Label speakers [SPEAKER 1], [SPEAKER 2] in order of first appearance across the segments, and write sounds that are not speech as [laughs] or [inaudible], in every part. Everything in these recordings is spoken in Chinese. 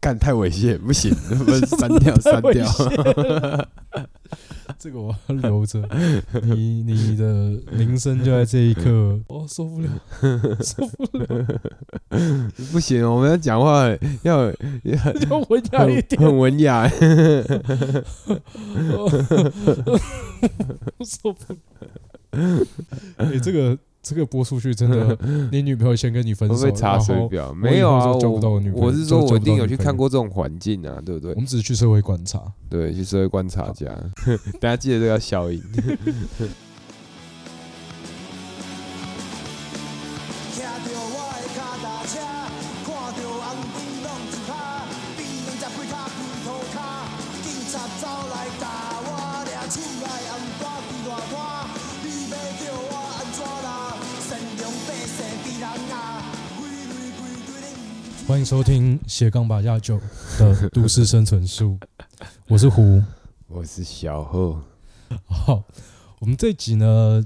[SPEAKER 1] 干太猥亵，不
[SPEAKER 2] [laughs]
[SPEAKER 1] 行，不是删掉
[SPEAKER 2] 太
[SPEAKER 1] 删
[SPEAKER 2] 猥
[SPEAKER 1] 掉。
[SPEAKER 2] 这个我要留着。 [laughs] 你你的铃声就在这
[SPEAKER 1] [laughs]
[SPEAKER 2] 一刻，我、受不了，受不了，
[SPEAKER 1] [laughs] 不行，我们要讲话要要
[SPEAKER 2] [laughs] 要文雅一
[SPEAKER 1] 很
[SPEAKER 2] 点，
[SPEAKER 1] 很文
[SPEAKER 2] [laughs]
[SPEAKER 1] 雅。
[SPEAKER 2] 我哦 [laughs] 受不了。
[SPEAKER 1] [laughs]
[SPEAKER 2] 哎、这个这个播出去真的，你女朋友先跟你分
[SPEAKER 1] 会
[SPEAKER 2] 手，
[SPEAKER 1] 不会查
[SPEAKER 2] 然
[SPEAKER 1] 水
[SPEAKER 2] 后
[SPEAKER 1] 表？
[SPEAKER 2] 我
[SPEAKER 1] 没
[SPEAKER 2] 以
[SPEAKER 1] 有
[SPEAKER 2] 后
[SPEAKER 1] 啊，
[SPEAKER 2] 就交不到
[SPEAKER 1] 我
[SPEAKER 2] 女朋友
[SPEAKER 1] 我是
[SPEAKER 2] 就
[SPEAKER 1] 说
[SPEAKER 2] 交
[SPEAKER 1] 我一
[SPEAKER 2] 不
[SPEAKER 1] 定
[SPEAKER 2] 到
[SPEAKER 1] 有
[SPEAKER 2] 女
[SPEAKER 1] 去
[SPEAKER 2] 朋
[SPEAKER 1] 看
[SPEAKER 2] 友嗯
[SPEAKER 1] 过这种环境啊，对不对
[SPEAKER 2] 我？们只是去社会观察。
[SPEAKER 1] 对，去社会观察家， [laughs] 大家记得都要消
[SPEAKER 2] [laughs]
[SPEAKER 1] 音。
[SPEAKER 3] 听着我的脚踏车，看着红灯拢一趴，变两只八脚跪涂骹，警察走来咬我，抓手来红带跪外滩，你要叫我安怎啦？善良百姓比人啊，规规规规恁
[SPEAKER 2] 欢迎收听斜杠八加九的都市生存术，我是胡。
[SPEAKER 1] 我是小贺，
[SPEAKER 2] 好，哦我们这一集呢，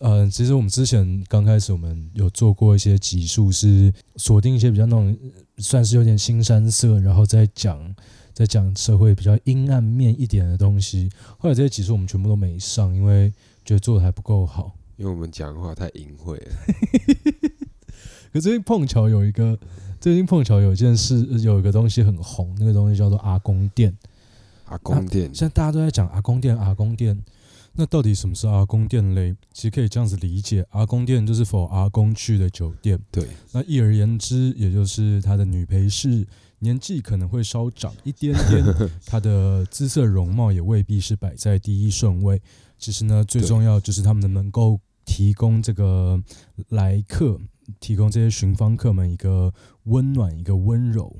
[SPEAKER 2] 嗯、其实我们之前刚开始我们有做过一些集数，是锁定一些比较那种呃算是有点新山色，然后再讲再讲社会比较阴暗面一点的东西。后来这些集数我们全部都没上，因为觉得做的还不够好。
[SPEAKER 1] 因为我们讲话太淫秽了。
[SPEAKER 2] 可最近碰巧有一个，最近碰巧有一件事，呃有一个东西很红，那个东西叫做阿公店。
[SPEAKER 1] 阿
[SPEAKER 2] 啊
[SPEAKER 1] 公店，
[SPEAKER 2] 现在大家都在讲阿公店，阿公店，那到底什么是阿公店嘞？其实可以这样子理解，阿公店就是否阿公去的酒店。
[SPEAKER 1] 对，
[SPEAKER 2] 那一而言之，也就是他的女陪侍年纪可能会稍长一点点，他的姿色容貌也未必是摆在第一顺位。其实呢，最
[SPEAKER 1] 对
[SPEAKER 2] 重要就是他们能够提供这个来客，提供这些寻访客们一个温暖，一个温柔。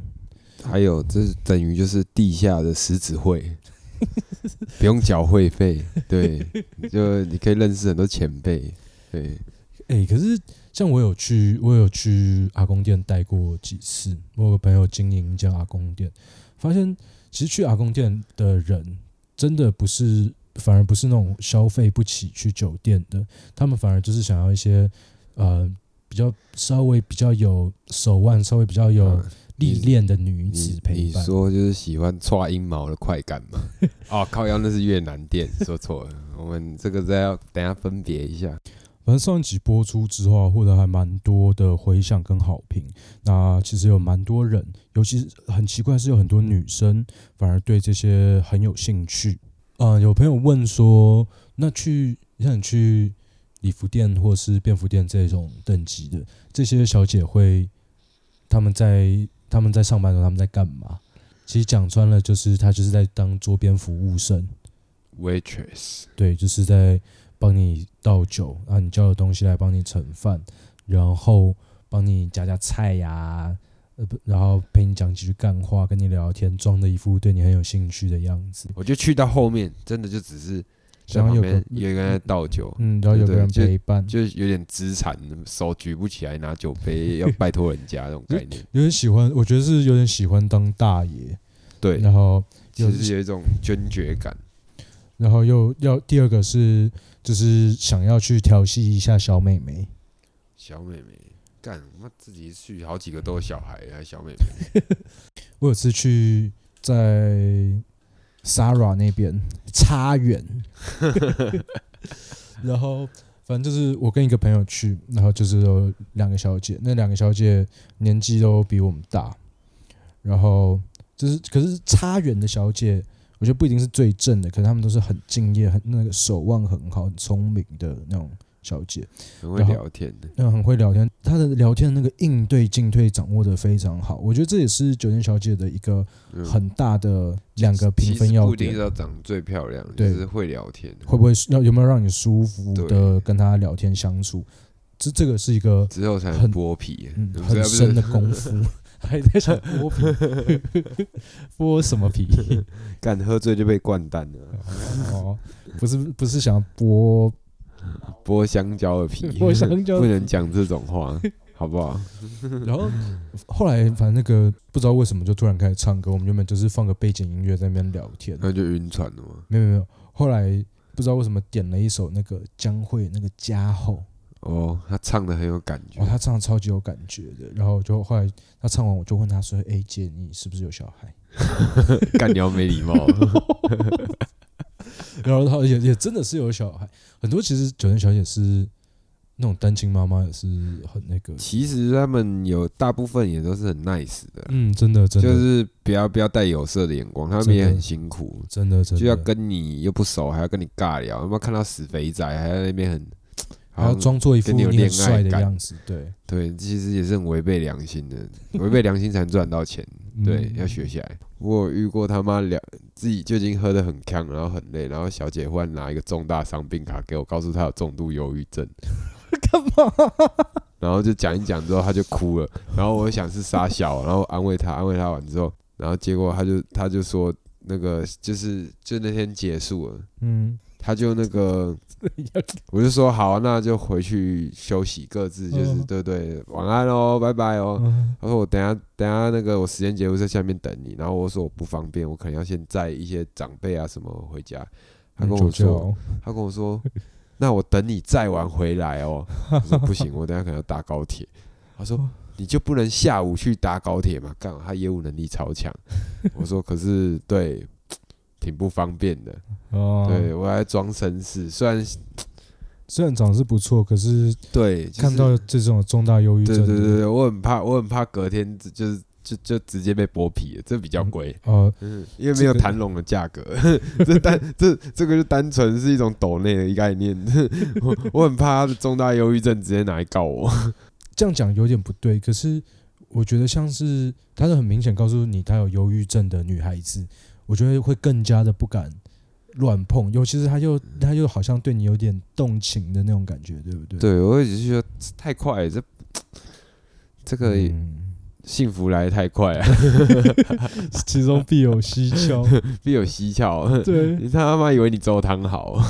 [SPEAKER 1] 还有这等于就是地下的狮子会，不用缴会费，对，就你可以认识很多前辈，对，
[SPEAKER 2] 哎、可是像我有去，我有去阿公店待过几次。我有个朋友经营一家阿公店，发现其实去阿公店的人真的不是，反而不是那种消费不起去酒店的，他们反而就是想要一些呃比较稍微比较有手腕、稍微比较有
[SPEAKER 1] 嗯
[SPEAKER 2] 历练的女子
[SPEAKER 1] 你
[SPEAKER 2] 陪
[SPEAKER 1] 你
[SPEAKER 2] 伴。
[SPEAKER 1] 说就是喜欢抓阴毛的快感
[SPEAKER 2] [laughs]
[SPEAKER 1] 嘛？哦，靠腰那是越南店，说错了，我们这个再要等一下分别一下。
[SPEAKER 2] 反正上一集播出之后啊，获得还蛮多的回响跟好评。那其实有蛮多人，尤其是很奇怪是有很多女生反而对这些很有兴趣。呃，有朋友问说，那去像你去礼服店或是便服店这种等级的这些小姐会，她们在她们在上班的时候她们在干嘛？其实讲穿了，就是她就是在当桌边服务生。
[SPEAKER 1] Waitress，
[SPEAKER 2] 对，就是在帮你倒酒，啊，你叫的东西来帮你盛饭，然后帮你夹夹菜呀、呃，不，然后陪你讲几句干话，跟你聊天，装的一副对你很有兴趣的样子，
[SPEAKER 1] 我就去到后面，真的就只是在
[SPEAKER 2] 然后
[SPEAKER 1] 旁
[SPEAKER 2] 有个
[SPEAKER 1] 边有一个人在倒酒，
[SPEAKER 2] 嗯，然后有个
[SPEAKER 1] 对
[SPEAKER 2] 人
[SPEAKER 1] 就
[SPEAKER 2] 陪伴，
[SPEAKER 1] 就是有点资产，手举不起来拿酒杯，要拜托人家那种概
[SPEAKER 2] [laughs]
[SPEAKER 1] 念。
[SPEAKER 2] 有点喜欢，我觉得是有点喜欢当大爷，
[SPEAKER 1] 对，
[SPEAKER 2] 然后有
[SPEAKER 1] 其实有一种坚决感。
[SPEAKER 2] 然后又要第二个是就是想要去调戏一下小妹妹，
[SPEAKER 1] 小妹妹，干，妈自己去好几个都有小孩，还小妹
[SPEAKER 2] [laughs]
[SPEAKER 1] 妹，
[SPEAKER 2] 我有次去在 Sara 那边差远， [laughs] 然后反正就是我跟一个朋友去，然后就是有两个小姐，那两个小姐年纪都比我们大，然后就是可是差远的小姐，我觉得不一定是最正的，可是她们都是很敬业、很那个手腕很好、很聪明的那种小姐。
[SPEAKER 1] 很会
[SPEAKER 2] 然后
[SPEAKER 1] 聊天的。
[SPEAKER 2] 那很会聊天，他的聊天那个应对进退掌握的非常好，我觉得这也是酒店小姐的一个
[SPEAKER 1] 嗯
[SPEAKER 2] 很大的两个评
[SPEAKER 1] 其
[SPEAKER 2] 分
[SPEAKER 1] 实
[SPEAKER 2] 要
[SPEAKER 1] 不一定是
[SPEAKER 2] 点，
[SPEAKER 1] 要长最漂亮，就
[SPEAKER 2] 对
[SPEAKER 1] 是会聊天，
[SPEAKER 2] 会不会要有没有让你舒服的
[SPEAKER 1] 对
[SPEAKER 2] 跟他聊天相处，这这个是一个
[SPEAKER 1] 之后才
[SPEAKER 2] 很
[SPEAKER 1] 能剥皮，啊
[SPEAKER 2] 嗯
[SPEAKER 1] 对不对
[SPEAKER 2] 很深的功夫，还在想剥皮，剥什么皮？
[SPEAKER 1] [laughs] 干喝醉就被灌蛋了，
[SPEAKER 2] 哦，不是不是想剥
[SPEAKER 1] 剥香蕉的皮，
[SPEAKER 2] [laughs] 剥香蕉
[SPEAKER 1] 不能讲这种话，好不
[SPEAKER 2] [laughs]
[SPEAKER 1] 好？
[SPEAKER 2] 然后后来反正那个不知道为什么就突然开始唱歌，我们原本就是放个背景音乐在那边聊天，
[SPEAKER 1] 那就晕船了嘛。
[SPEAKER 2] 没有没有没有，后来不知道为什么点了一首那个江蕙那个《家后》，
[SPEAKER 1] 哦，他唱的很有感觉
[SPEAKER 2] 哦，，他唱的超级有感觉的。然后就后来他唱完，我就问他说：“哎、姐，你是不是有小孩
[SPEAKER 1] [laughs] 干你要没礼貌。？”
[SPEAKER 2] [laughs] 然后他也也真的是有小孩。很多其实九天小姐是那种单亲妈妈，也是很那个，
[SPEAKER 1] 其实他们有大部分也都是很 nice 的，
[SPEAKER 2] 嗯，真的真的、
[SPEAKER 1] 就是不要不要带有色的眼光，他
[SPEAKER 2] 真
[SPEAKER 1] 们
[SPEAKER 2] 的
[SPEAKER 1] 也很辛苦，
[SPEAKER 2] 真的真的，
[SPEAKER 1] 就要跟你又不熟，还要跟你尬聊，有没有看到死肥仔还在那边很，
[SPEAKER 2] 还要
[SPEAKER 1] 好像
[SPEAKER 2] 装作一副
[SPEAKER 1] 跟你有
[SPEAKER 2] 很
[SPEAKER 1] 恋爱
[SPEAKER 2] 帅的
[SPEAKER 1] 感
[SPEAKER 2] 样子，对
[SPEAKER 1] 对，其实也是很违背良心的，违背良心才能赚到钱。对，要。
[SPEAKER 2] [laughs] 嗯
[SPEAKER 1] 学起来。我有遇过他妈两自己就已经喝得很呛，然后很累，然后小姐忽然拿一个重大伤病卡给我，告诉她有重度忧郁症，
[SPEAKER 2] [laughs] 干嘛？
[SPEAKER 1] 然后就讲一讲之后她就哭了，然后我想是傻小，然后安慰她，安慰她完之后，然后结果她就她就说那个就是就那天结束了，
[SPEAKER 2] 嗯， [laughs]
[SPEAKER 1] 她就那个
[SPEAKER 2] 要
[SPEAKER 1] 我就说好、啊，那就回去休息，各自就是、
[SPEAKER 2] 嗯
[SPEAKER 1] 对对，晚安哦，拜拜哦。
[SPEAKER 2] 嗯
[SPEAKER 1] 他说我等一下等一下那个我时间结束在下面等你，然后我说我不方便，我可能要先载一些长辈啊什么回家。他跟我
[SPEAKER 2] 酒窖
[SPEAKER 1] 说，他跟我说，那我等你载完回来哦。我说不行，我等一下可能要搭高铁。他
[SPEAKER 2] [laughs]
[SPEAKER 1] 说你就不能下午去搭高铁嘛？干，他业务能力超强。我说可是对，挺不方便的。
[SPEAKER 2] 哦，
[SPEAKER 1] 对我还装绅士，虽然
[SPEAKER 2] 虽然长得是不错，可是
[SPEAKER 1] 对、就是
[SPEAKER 2] 看到这种重大忧郁
[SPEAKER 1] 对
[SPEAKER 2] 症的，
[SPEAKER 1] 对对对，我很怕，我很怕隔天就就是就就直接被剥皮了，这比较贵。
[SPEAKER 2] 呃，
[SPEAKER 1] 嗯，因为没有
[SPEAKER 2] 这个
[SPEAKER 1] 谈拢的价格， [laughs] 这单这这个就单纯是一种抖内的概念。 [laughs] 我我很怕他的重大忧郁症直接拿来告我。
[SPEAKER 2] 这样讲有点不对，可是我觉得像是他是很明显告诉你她有忧郁症的女孩子，我觉得会更加的不敢乱碰，尤其是她又她又好像对你有点动情的那种感觉，对不对？，
[SPEAKER 1] 对，我也是觉得太快了，这这个
[SPEAKER 2] 嗯，
[SPEAKER 1] 幸福来得太快了， [laughs]
[SPEAKER 2] 其中必有蹊跷，
[SPEAKER 1] 必有蹊跷。
[SPEAKER 2] 对，
[SPEAKER 1] 你他妈以为你周汤好？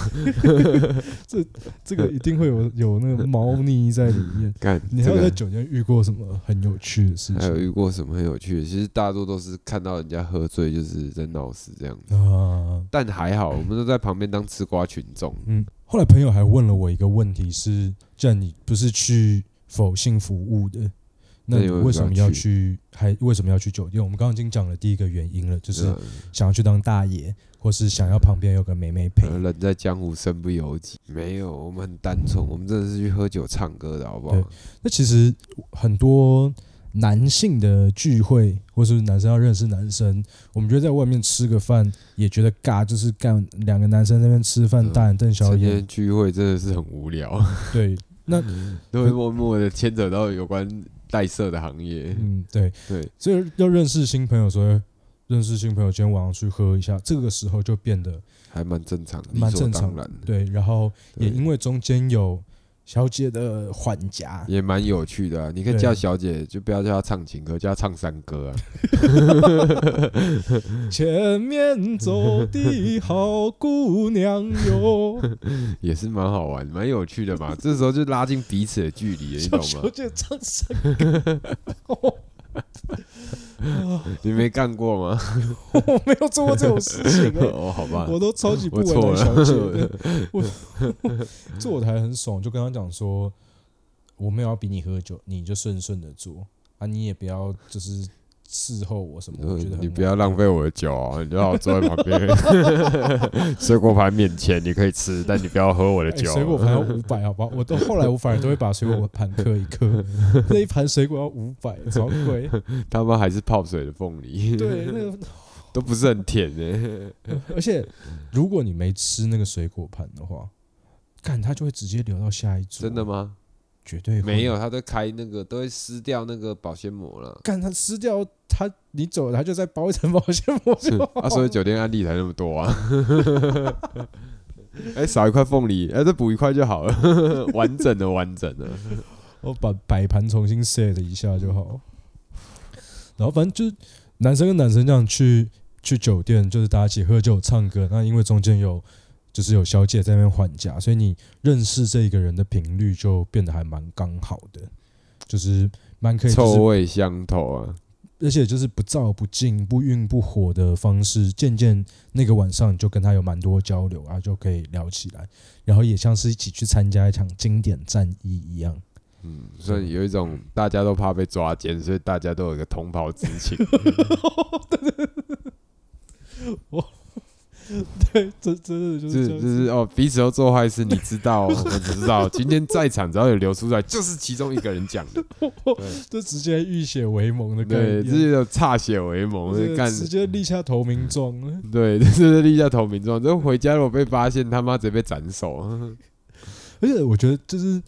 [SPEAKER 2] 这个一定会有有那个猫腻在里
[SPEAKER 1] [laughs]
[SPEAKER 2] 面。
[SPEAKER 1] 干
[SPEAKER 2] 你还
[SPEAKER 1] 这
[SPEAKER 2] 有在
[SPEAKER 1] 个。
[SPEAKER 2] 酒店遇过什么很有趣的事
[SPEAKER 1] 还有
[SPEAKER 2] 情
[SPEAKER 1] 遇过什么很有趣的？其实大多都是看到人家喝醉，就是在闹事这样子。
[SPEAKER 2] 啊？
[SPEAKER 1] 但还好，我们都在旁边当吃瓜群众。
[SPEAKER 2] 嗯，后来朋友还问了我一个问题是：既然你不是去否性服务的，那
[SPEAKER 1] 那
[SPEAKER 2] 你
[SPEAKER 1] 你
[SPEAKER 2] 为
[SPEAKER 1] 为
[SPEAKER 2] 什
[SPEAKER 1] 什
[SPEAKER 2] 么
[SPEAKER 1] 么
[SPEAKER 2] 要
[SPEAKER 1] 要
[SPEAKER 2] 去？还为什么要去酒店？我们刚刚已经讲了第一个原因了，就是
[SPEAKER 1] 对啊
[SPEAKER 2] 想要去当大爷，或是想要旁边有个妹妹陪。
[SPEAKER 1] 呃人在江湖身不由己。没有，我们很单纯，我们真的是去喝酒唱歌的好不好
[SPEAKER 2] 对？那其实很多男性的聚会，或是男生要认识男生，我们觉得在外面吃个饭也觉得尬，就是干两个男生在那边吃饭，
[SPEAKER 1] 嗯
[SPEAKER 2] 大眼瞪小
[SPEAKER 1] 成
[SPEAKER 2] 眼
[SPEAKER 1] 年。聚会真的是很无聊， [laughs]
[SPEAKER 2] 对，
[SPEAKER 1] 都会默默的牵扯到有关带色的行业。
[SPEAKER 2] 嗯，对
[SPEAKER 1] 对，
[SPEAKER 2] 所以要认识新朋友，所以认识新朋友，今天晚上去喝一下，这个时候就变得
[SPEAKER 1] 还蛮正常的，
[SPEAKER 2] 蛮正
[SPEAKER 1] 理
[SPEAKER 2] 常
[SPEAKER 1] 所当然的，
[SPEAKER 2] 对，然后也
[SPEAKER 1] 对
[SPEAKER 2] 因为中间有小姐的缓夹，
[SPEAKER 1] 也蛮有趣的啊、你可以
[SPEAKER 2] 对
[SPEAKER 1] 叫小姐，就不要叫她唱情歌，叫她唱山歌啊。嗯
[SPEAKER 2] 前面走的好姑娘哟，
[SPEAKER 1] 也是蛮好玩，蛮有趣的
[SPEAKER 2] [laughs]
[SPEAKER 1] 嘛。这时候就拉近彼此的距离 [laughs] 了，你
[SPEAKER 2] 小
[SPEAKER 1] 懂
[SPEAKER 2] 小
[SPEAKER 1] 吗？
[SPEAKER 2] 姐唱山歌， [laughs]
[SPEAKER 1] 你没干过吗？
[SPEAKER 2] 啊我没有做过这种事情、欸。
[SPEAKER 1] [laughs] 哦，好吧，
[SPEAKER 2] 我都超级不
[SPEAKER 1] 我
[SPEAKER 2] 为
[SPEAKER 1] 错
[SPEAKER 2] 难小姐
[SPEAKER 1] 了
[SPEAKER 2] 的，。我 [laughs] 做我还很爽，就跟他讲说，我没有要逼你喝酒，你就顺顺的做啊，你也不要就是伺候我什么，我觉得
[SPEAKER 1] 呃
[SPEAKER 2] 很
[SPEAKER 1] 你不要浪费我的酒啊！你就好坐在旁边，
[SPEAKER 2] [laughs]
[SPEAKER 1] [laughs] 水果盘面前你可以吃，但你不要喝我的
[SPEAKER 2] 哎
[SPEAKER 1] 酒。啊
[SPEAKER 2] 水果盘要五百，好不好？我都后来我反而都会把水果盘磕一磕，那一盘水果要五百，超
[SPEAKER 1] [laughs]
[SPEAKER 2] 贵。
[SPEAKER 1] 他们还是泡水的凤梨，
[SPEAKER 2] 对，那个，
[SPEAKER 1] [laughs] 都不是很甜
[SPEAKER 2] [laughs]
[SPEAKER 1] 诶、
[SPEAKER 2] 而且如果你没吃那个水果盘的话，干它就会直接流到下一桌。
[SPEAKER 1] 真的？吗？
[SPEAKER 2] 绝对会
[SPEAKER 1] 没有，。他都开那个，都会撕掉那个保鲜膜了。
[SPEAKER 2] 干它撕掉它，你走了，它就再包一层保鲜膜就好了。
[SPEAKER 1] 啊，所以酒店案例才那么多 [laughs] 啊。哎、少一块凤梨，哎、再补一块就好了，完整的，完整的。
[SPEAKER 2] [laughs] 我把摆盘重新 set 一下就好。然后反正就是男生跟男生这样去去酒店，就是大家一起喝酒、唱歌。那因为中间有就是有小姐在那边缓夹，所以你认识这一个人的频率就变得还蛮刚好的，就是蛮可以、就是。
[SPEAKER 1] 臭味相投啊！
[SPEAKER 2] 而且就是不燥不静、不愠不火的方式，渐渐那个晚上你就跟他有蛮多交流啊，就可以聊起来，然后也像是一起去参加一场经典战役一样。
[SPEAKER 1] 嗯，所以有一种大家都怕被抓奸，所以大家都有一个同袍之情。 [laughs]
[SPEAKER 2] 对， [laughs] 这真的就是是这样
[SPEAKER 1] 就
[SPEAKER 2] 子
[SPEAKER 1] 是哦，彼此都做坏事，你知道，我们知道。今天在场只要有流出来，就是其中一个人讲的。
[SPEAKER 2] 就直接浴血为盟的概
[SPEAKER 1] 对，
[SPEAKER 2] 念，
[SPEAKER 1] 这是歃血为
[SPEAKER 2] 就
[SPEAKER 1] 盟，
[SPEAKER 2] 是
[SPEAKER 1] 是干
[SPEAKER 2] 直接立下投名状 [laughs] 了。
[SPEAKER 1] 对，这 [laughs] 是立下投名状。这回家如果被发现，他妈直接被斩首。
[SPEAKER 2] 而且我觉得就是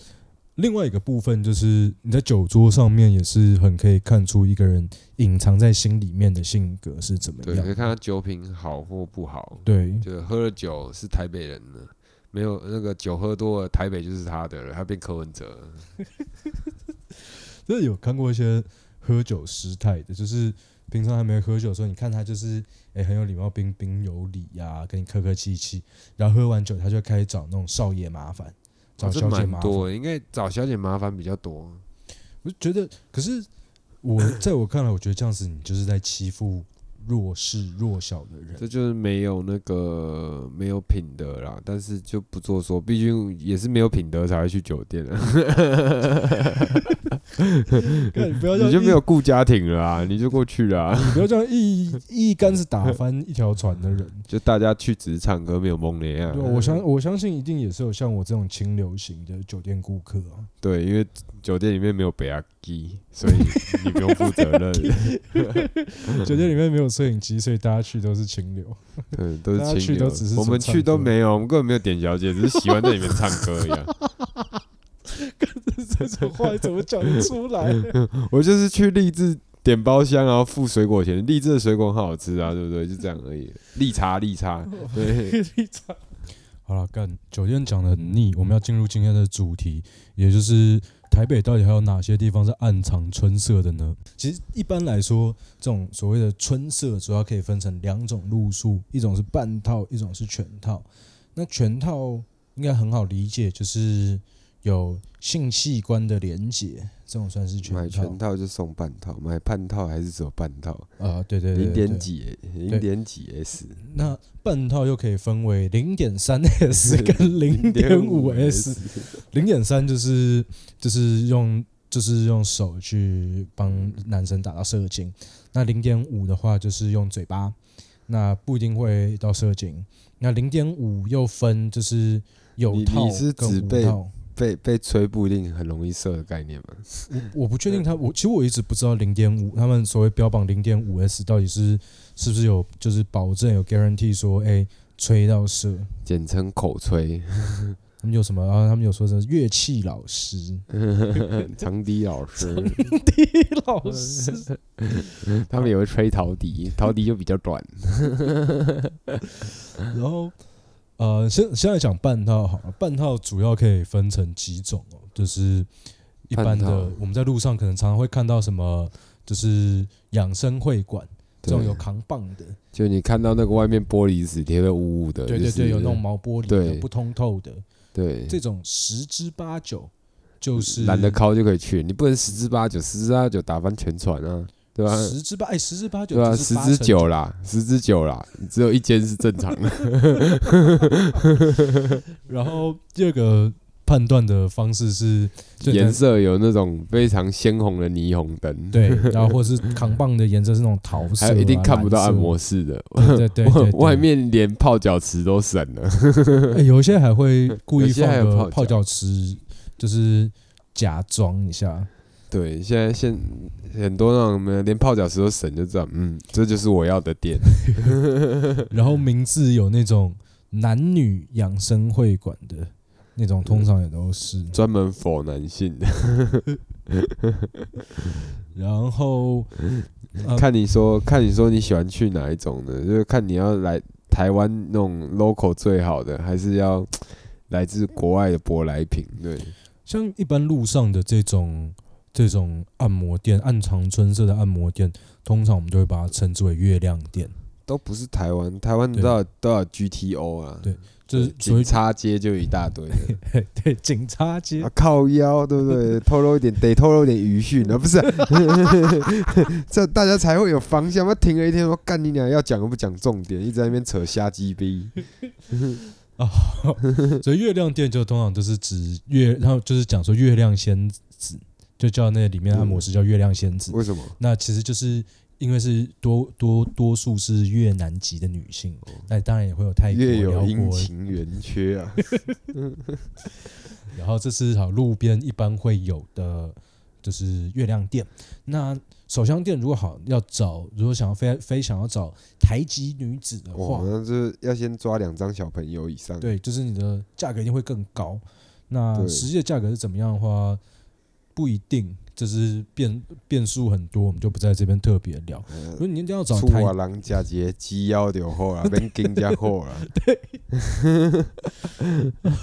[SPEAKER 2] 另外一个部分，就是你在酒桌上面也是很可以看出一个人隐藏在心里面的性格是怎么
[SPEAKER 1] 对，
[SPEAKER 2] 样
[SPEAKER 1] 可以。看他酒品好或不好。
[SPEAKER 2] 对
[SPEAKER 1] 就是喝了酒是台北人呢，没有那个酒喝多了，台北就是他的了，他变柯文哲了。
[SPEAKER 2] 真的有看过一些喝酒失态的，就是平常还没喝酒的时候，你看他就是诶、很有礼貌、彬彬有礼呀、跟你客客气气，然后喝完酒他就开始找那种少爷麻烦，找
[SPEAKER 1] 哦这
[SPEAKER 2] 小姐
[SPEAKER 1] 蛮
[SPEAKER 2] 麻烦。
[SPEAKER 1] 多的，应该找小姐麻烦比较多。
[SPEAKER 2] 我就觉得，可是我在我看来，我觉得这样子你就是在欺负弱势弱小的人。
[SPEAKER 1] 这就是没有那个没有品德啦，但是就不做说，毕竟也是没有品德才会去酒店啊，
[SPEAKER 2] 干哎你不要
[SPEAKER 1] [laughs] 你
[SPEAKER 2] 这样
[SPEAKER 1] 就
[SPEAKER 2] 一
[SPEAKER 1] 没有顾家庭了啊，你就过去了、啊，
[SPEAKER 2] 你不要这样一一竿子打翻一条船的
[SPEAKER 1] [laughs]
[SPEAKER 2] 人。
[SPEAKER 1] 就大家去只是唱歌没有蒙脸啊
[SPEAKER 2] 对，。我相我相信一定也是有像我这种清流型的酒店顾客
[SPEAKER 1] [laughs]
[SPEAKER 2] 啊。
[SPEAKER 1] 对，因为酒店里面没有北阿基，所以你不用负责任，
[SPEAKER 2] [laughs] 酒店里面没有摄影机，所以大家去都是清流。
[SPEAKER 1] [laughs] 对，都
[SPEAKER 2] 大家
[SPEAKER 1] 是
[SPEAKER 2] 去
[SPEAKER 1] 清流
[SPEAKER 2] 都只是。
[SPEAKER 1] 我们
[SPEAKER 2] 唱
[SPEAKER 1] 去都
[SPEAKER 2] 歌
[SPEAKER 1] 没有，我们根本没有点小姐，只是喜欢在里面唱歌一啊
[SPEAKER 2] [laughs]
[SPEAKER 1] 样。
[SPEAKER 2] 这种话怎么讲得出 [laughs] 来？
[SPEAKER 1] 我就是去励志点包厢，然后付水果钱。励志的水果很好吃啊，对不对？就这样而已。利差利差，对，
[SPEAKER 2] 好了，干酒店讲的很腻，我们要进入今天的主题，也就是台北到底还有哪些地方是暗藏春色的呢？其实一般来说，这种所谓的春色主要可以分成两种路数，一种是半套，一种是全套。那全套应该很好理解，就是有性器官的连接，这种算是全
[SPEAKER 1] 买
[SPEAKER 2] 套。
[SPEAKER 1] 全套就送半套，买半套还是只有半套，
[SPEAKER 2] 啊、对对对
[SPEAKER 1] 零
[SPEAKER 2] 对
[SPEAKER 1] 点几零点几 S，
[SPEAKER 2] 那半套又可以分为零
[SPEAKER 1] [laughs]
[SPEAKER 2] 点三 S 跟零点五 S。零点三就是就是用就是用手去帮男生达到射精，那零点五的话就是用嘴巴，那不一定会到射精。那零点五又分就是有
[SPEAKER 1] 你
[SPEAKER 2] 套
[SPEAKER 1] 你是
[SPEAKER 2] 跟
[SPEAKER 1] 指
[SPEAKER 2] 无
[SPEAKER 1] 被
[SPEAKER 2] 套，
[SPEAKER 1] 被被吹不一定很容易射的概念嘛？
[SPEAKER 2] 我不确定他我其实我一直不知道零点五他们所谓标榜零点五 S 到底是是不是有就是保证有 guarantee 说哎、吹到射。
[SPEAKER 1] 简称口吹， [laughs]
[SPEAKER 2] 他们有什么？然、后他们有说是乐器老师，
[SPEAKER 1] 长笛老师，
[SPEAKER 2] 老师
[SPEAKER 1] 他们也会吹陶笛，陶笛就比较短。
[SPEAKER 2] [laughs] 然后，呃，现现在讲半套好了，半套主要可以分成几种哦，就是一般
[SPEAKER 1] 半
[SPEAKER 2] 的
[SPEAKER 1] 套，
[SPEAKER 2] 我们在路上可能常常会看到什么，就是养生会馆这种
[SPEAKER 1] 对
[SPEAKER 2] 有扛棒的，
[SPEAKER 1] 就你看到那个外面玻璃纸贴的雾雾的，
[SPEAKER 2] 对
[SPEAKER 1] 就
[SPEAKER 2] 对
[SPEAKER 1] 是
[SPEAKER 2] 对，有那种毛玻璃的
[SPEAKER 1] 对
[SPEAKER 2] 不通透的，
[SPEAKER 1] 对
[SPEAKER 2] 这种十之八九就是
[SPEAKER 1] 懒得敲就可以去，你不能十之八九，十之八九打翻全船啊，对吧、
[SPEAKER 2] 十之八哎十之八九
[SPEAKER 1] 对啊，
[SPEAKER 2] 就是
[SPEAKER 1] 十
[SPEAKER 2] 八
[SPEAKER 1] 之
[SPEAKER 2] 成
[SPEAKER 1] 九啦，十之九啦，只有一间是正常
[SPEAKER 2] [laughs]
[SPEAKER 1] 的。
[SPEAKER 2] 然后第二个判断的方式是就
[SPEAKER 1] 颜
[SPEAKER 2] 男
[SPEAKER 1] 色有那种非常鲜红的霓虹 [laughs] 灯，，
[SPEAKER 2] 对，然后或者是扛棒的颜色是那种桃色、
[SPEAKER 1] 还
[SPEAKER 2] 啊，
[SPEAKER 1] 有一定看不到
[SPEAKER 2] 蓝色
[SPEAKER 1] 按，摩室的，
[SPEAKER 2] 对对
[SPEAKER 1] [laughs]
[SPEAKER 2] 对对对
[SPEAKER 1] 外面连泡脚池都省了。
[SPEAKER 2] 哎有一些还会故
[SPEAKER 1] 有
[SPEAKER 2] 意
[SPEAKER 1] 些
[SPEAKER 2] 放
[SPEAKER 1] 还有
[SPEAKER 2] 个
[SPEAKER 1] 泡
[SPEAKER 2] 泡
[SPEAKER 1] 脚
[SPEAKER 2] 脚池，就是假装一下。
[SPEAKER 1] 对，现在现很多那种什么连泡脚池都省，就知道，嗯，这就是我要的店。
[SPEAKER 2] 然后名字有那种男女养生会馆的那种，通常也都是。
[SPEAKER 1] 专门否男性的，
[SPEAKER 2] 然后呃
[SPEAKER 1] 看你说，看你说你喜欢去哪一种呢？就是看你要来台湾那种 local 最好的，还是要来自国外的舶来品？对，
[SPEAKER 2] 像一般路上的这种这种按摩店，暗藏春色的按摩店，通常我们就会把它称之为月亮店。
[SPEAKER 1] 都不是台湾，台湾
[SPEAKER 2] 对
[SPEAKER 1] 都有都有 GTO 啊，
[SPEAKER 2] 对就是所
[SPEAKER 1] 警
[SPEAKER 2] 以
[SPEAKER 1] 察街就一大
[SPEAKER 2] [laughs]
[SPEAKER 1] 堆的
[SPEAKER 2] 对警察街
[SPEAKER 1] 啊，靠腰对不对？透露一点，得透露一点余讯啊，不是啊、 [laughs] 这大家才会有方向。我停了一天，我干你俩要讲又不讲重点，一直在那边扯瞎鸡逼。
[SPEAKER 2] [laughs] 啊，所以月亮店就通常就是指月，然后就是讲说月亮仙子，就叫那里面按摩师叫月亮仙子。
[SPEAKER 1] 为什么？
[SPEAKER 2] 那其实就是因为是多多多数是越南籍的女性，那当然也会有泰国、
[SPEAKER 1] 月哦有
[SPEAKER 2] 辽
[SPEAKER 1] 阴
[SPEAKER 2] 国，
[SPEAKER 1] 晴圆缺啊，
[SPEAKER 2] 然后这是好路边一般会有的，就是月亮店。那手枪店如果好要找，如果想要非非想要找台籍女子的
[SPEAKER 1] 哇
[SPEAKER 2] 话，，
[SPEAKER 1] 那就是要先抓两张小朋友以上。
[SPEAKER 2] 对，就是你的价格一定会更高。那
[SPEAKER 1] 嗯对
[SPEAKER 2] 实际的价格是怎么样的话，不一定，就是变变数很多，我们就不在这边特别聊。
[SPEAKER 1] 呃
[SPEAKER 2] 如果你一定要找
[SPEAKER 1] 厝
[SPEAKER 2] 台
[SPEAKER 1] 啊，人食一个鸡腰就好
[SPEAKER 2] [laughs]
[SPEAKER 1] 啦，免惊才好啦。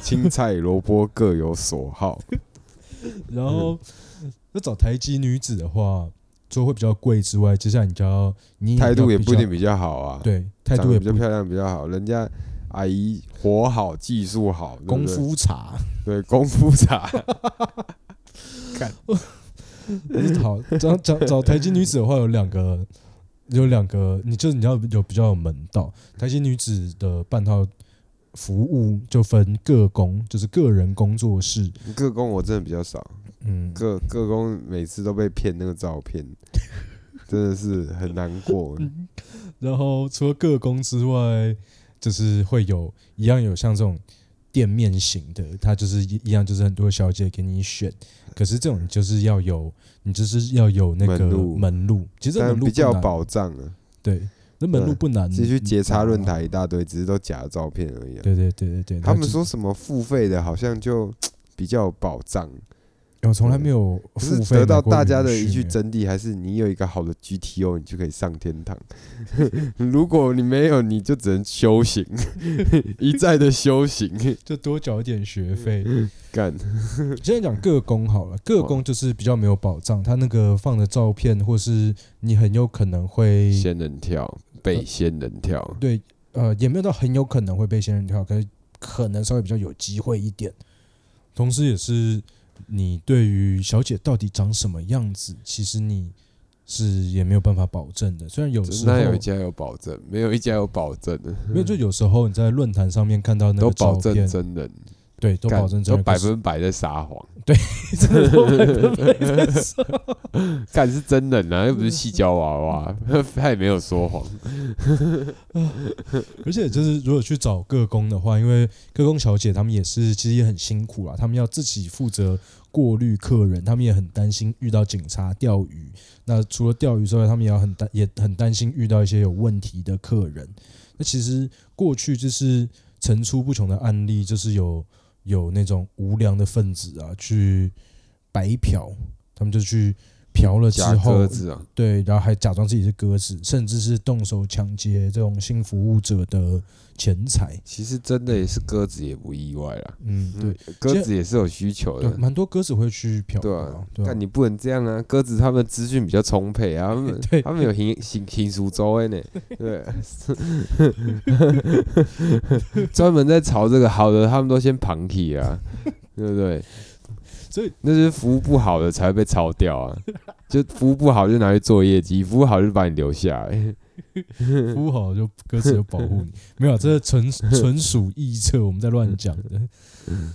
[SPEAKER 1] 青菜萝卜各有所
[SPEAKER 2] [laughs]
[SPEAKER 1] 好，
[SPEAKER 2] 然后
[SPEAKER 1] 嗯
[SPEAKER 2] 要找台籍女子的话，除了会比较贵之外，接下来你就要你
[SPEAKER 1] 态度也
[SPEAKER 2] 要比
[SPEAKER 1] 不一
[SPEAKER 2] 较
[SPEAKER 1] 定比较好啊。，
[SPEAKER 2] 对，态度也
[SPEAKER 1] 比
[SPEAKER 2] 不
[SPEAKER 1] 较漂亮比较好，人家阿姨活好，技术好，对不
[SPEAKER 2] 功
[SPEAKER 1] 对
[SPEAKER 2] 夫茶，
[SPEAKER 1] 对功夫茶，
[SPEAKER 2] 好找找找台籍女子的话，有两个，有两个，你就是你要有比较有门道。台籍女子的半套服务就分个工，就是个人工作室，
[SPEAKER 1] [laughs] 各工我真的比较少，
[SPEAKER 2] 嗯，
[SPEAKER 1] 各各工每次都被骗那个照
[SPEAKER 2] [laughs]
[SPEAKER 1] 片，真的是很难过。
[SPEAKER 2] 嗯然后除了个工之外，就是会有一样有像这种店面型的，它就是一一样就是很多小姐给你选，可是这种就是要有你就是要有那个
[SPEAKER 1] 门路
[SPEAKER 2] 门路，其实这个
[SPEAKER 1] 但
[SPEAKER 2] 门路
[SPEAKER 1] 比较
[SPEAKER 2] 不
[SPEAKER 1] 有
[SPEAKER 2] 难
[SPEAKER 1] 保障啊，
[SPEAKER 2] 对，那门路
[SPEAKER 1] 对
[SPEAKER 2] 不难，
[SPEAKER 1] 其实去
[SPEAKER 2] 结
[SPEAKER 1] 截查论。坛一大堆，只是都假的照片而已啊。
[SPEAKER 2] 嗯哦对对对对对，
[SPEAKER 1] 他们
[SPEAKER 2] 就
[SPEAKER 1] 说什么付费的，好像就比较有保障，
[SPEAKER 2] 我从来没有
[SPEAKER 1] 可
[SPEAKER 2] 付
[SPEAKER 1] 是
[SPEAKER 2] 费
[SPEAKER 1] 得到
[SPEAKER 2] 买过
[SPEAKER 1] 大家的
[SPEAKER 2] 允
[SPEAKER 1] 一句
[SPEAKER 2] 许欸，
[SPEAKER 1] 真谛，还是你有一个好的 GTO，你就可以上天堂。 [laughs] 如果你没有，你就只能修行， [laughs] 一再的修行。
[SPEAKER 2] 就多缴一点学
[SPEAKER 1] 嗯
[SPEAKER 2] 费。 [laughs]
[SPEAKER 1] 干，
[SPEAKER 2] 现在讲个工好了，个工就是比较没有保障，他那个放的照片或是你很有可能会
[SPEAKER 1] 仙人跳，被仙人跳，
[SPEAKER 2] 呃对，呃，也没有到很有可能会被仙人跳，可是可能稍微比较有机会一点。同时，也是你对于小姐到底长什么样子，其实你是也没有办法保证的。虽然有时候
[SPEAKER 1] 那有一家有保证，没有一家有保证的，
[SPEAKER 2] 没
[SPEAKER 1] [laughs]
[SPEAKER 2] 有，就有时候你在论坛上面看到那
[SPEAKER 1] 都
[SPEAKER 2] 个照
[SPEAKER 1] 保证
[SPEAKER 2] 片，
[SPEAKER 1] 真人，
[SPEAKER 2] 对，都
[SPEAKER 1] 干
[SPEAKER 2] 保证真
[SPEAKER 1] 都
[SPEAKER 2] 人，
[SPEAKER 1] 百
[SPEAKER 2] 可是
[SPEAKER 1] 分百在撒谎， [laughs]
[SPEAKER 2] 真的都百分百在说
[SPEAKER 1] 干是真人啊，又不是细胶娃娃， [laughs] 他也没有说谎。
[SPEAKER 2] 而且就是如果去找各工的话，因为各工小姐她们也是其实也很辛苦啦，她们要自己负责过滤客人，她们也很担心遇到警察钓鱼。那除了钓鱼之外，她们也要很担也很担心遇到一些有问题的客人。那其实过去就是层出不穷的案例，就是有有那种无良的分子啊去白嫖，他们就去嫖了之
[SPEAKER 1] 夹
[SPEAKER 2] 后
[SPEAKER 1] 鸽，子啊，
[SPEAKER 2] 对，然后还假装自己是鸽子，甚至是动手抢劫这种性服务者的钱财。
[SPEAKER 1] 其实真的也是鸽子也不意外啦，
[SPEAKER 2] 嗯，对，
[SPEAKER 1] 鸽子也是有需求
[SPEAKER 2] 对，
[SPEAKER 1] 的。
[SPEAKER 2] 蛮多鸽子会去嫖
[SPEAKER 1] 对
[SPEAKER 2] 的
[SPEAKER 1] 啊
[SPEAKER 2] 啊，，对啊
[SPEAKER 1] 但你不能这样啊！鸽子他们资讯比较充沛
[SPEAKER 2] [laughs]
[SPEAKER 1] 啊，他们
[SPEAKER 2] 对
[SPEAKER 1] 他们有行行行苏州
[SPEAKER 2] [laughs]
[SPEAKER 1] 的呢，对，专门在炒这个好的，他们都先旁起
[SPEAKER 2] [laughs]
[SPEAKER 1] 啊，对不对？
[SPEAKER 2] 所以
[SPEAKER 1] 那些服务不好的才会被炒掉啊，就服务不好就拿去做业绩，服务好就把你留下来。
[SPEAKER 2] [laughs] 服务好就鸽子就保
[SPEAKER 1] [laughs]
[SPEAKER 2] 护你。没有啊，这是纯纯属臆测，我们在乱讲的。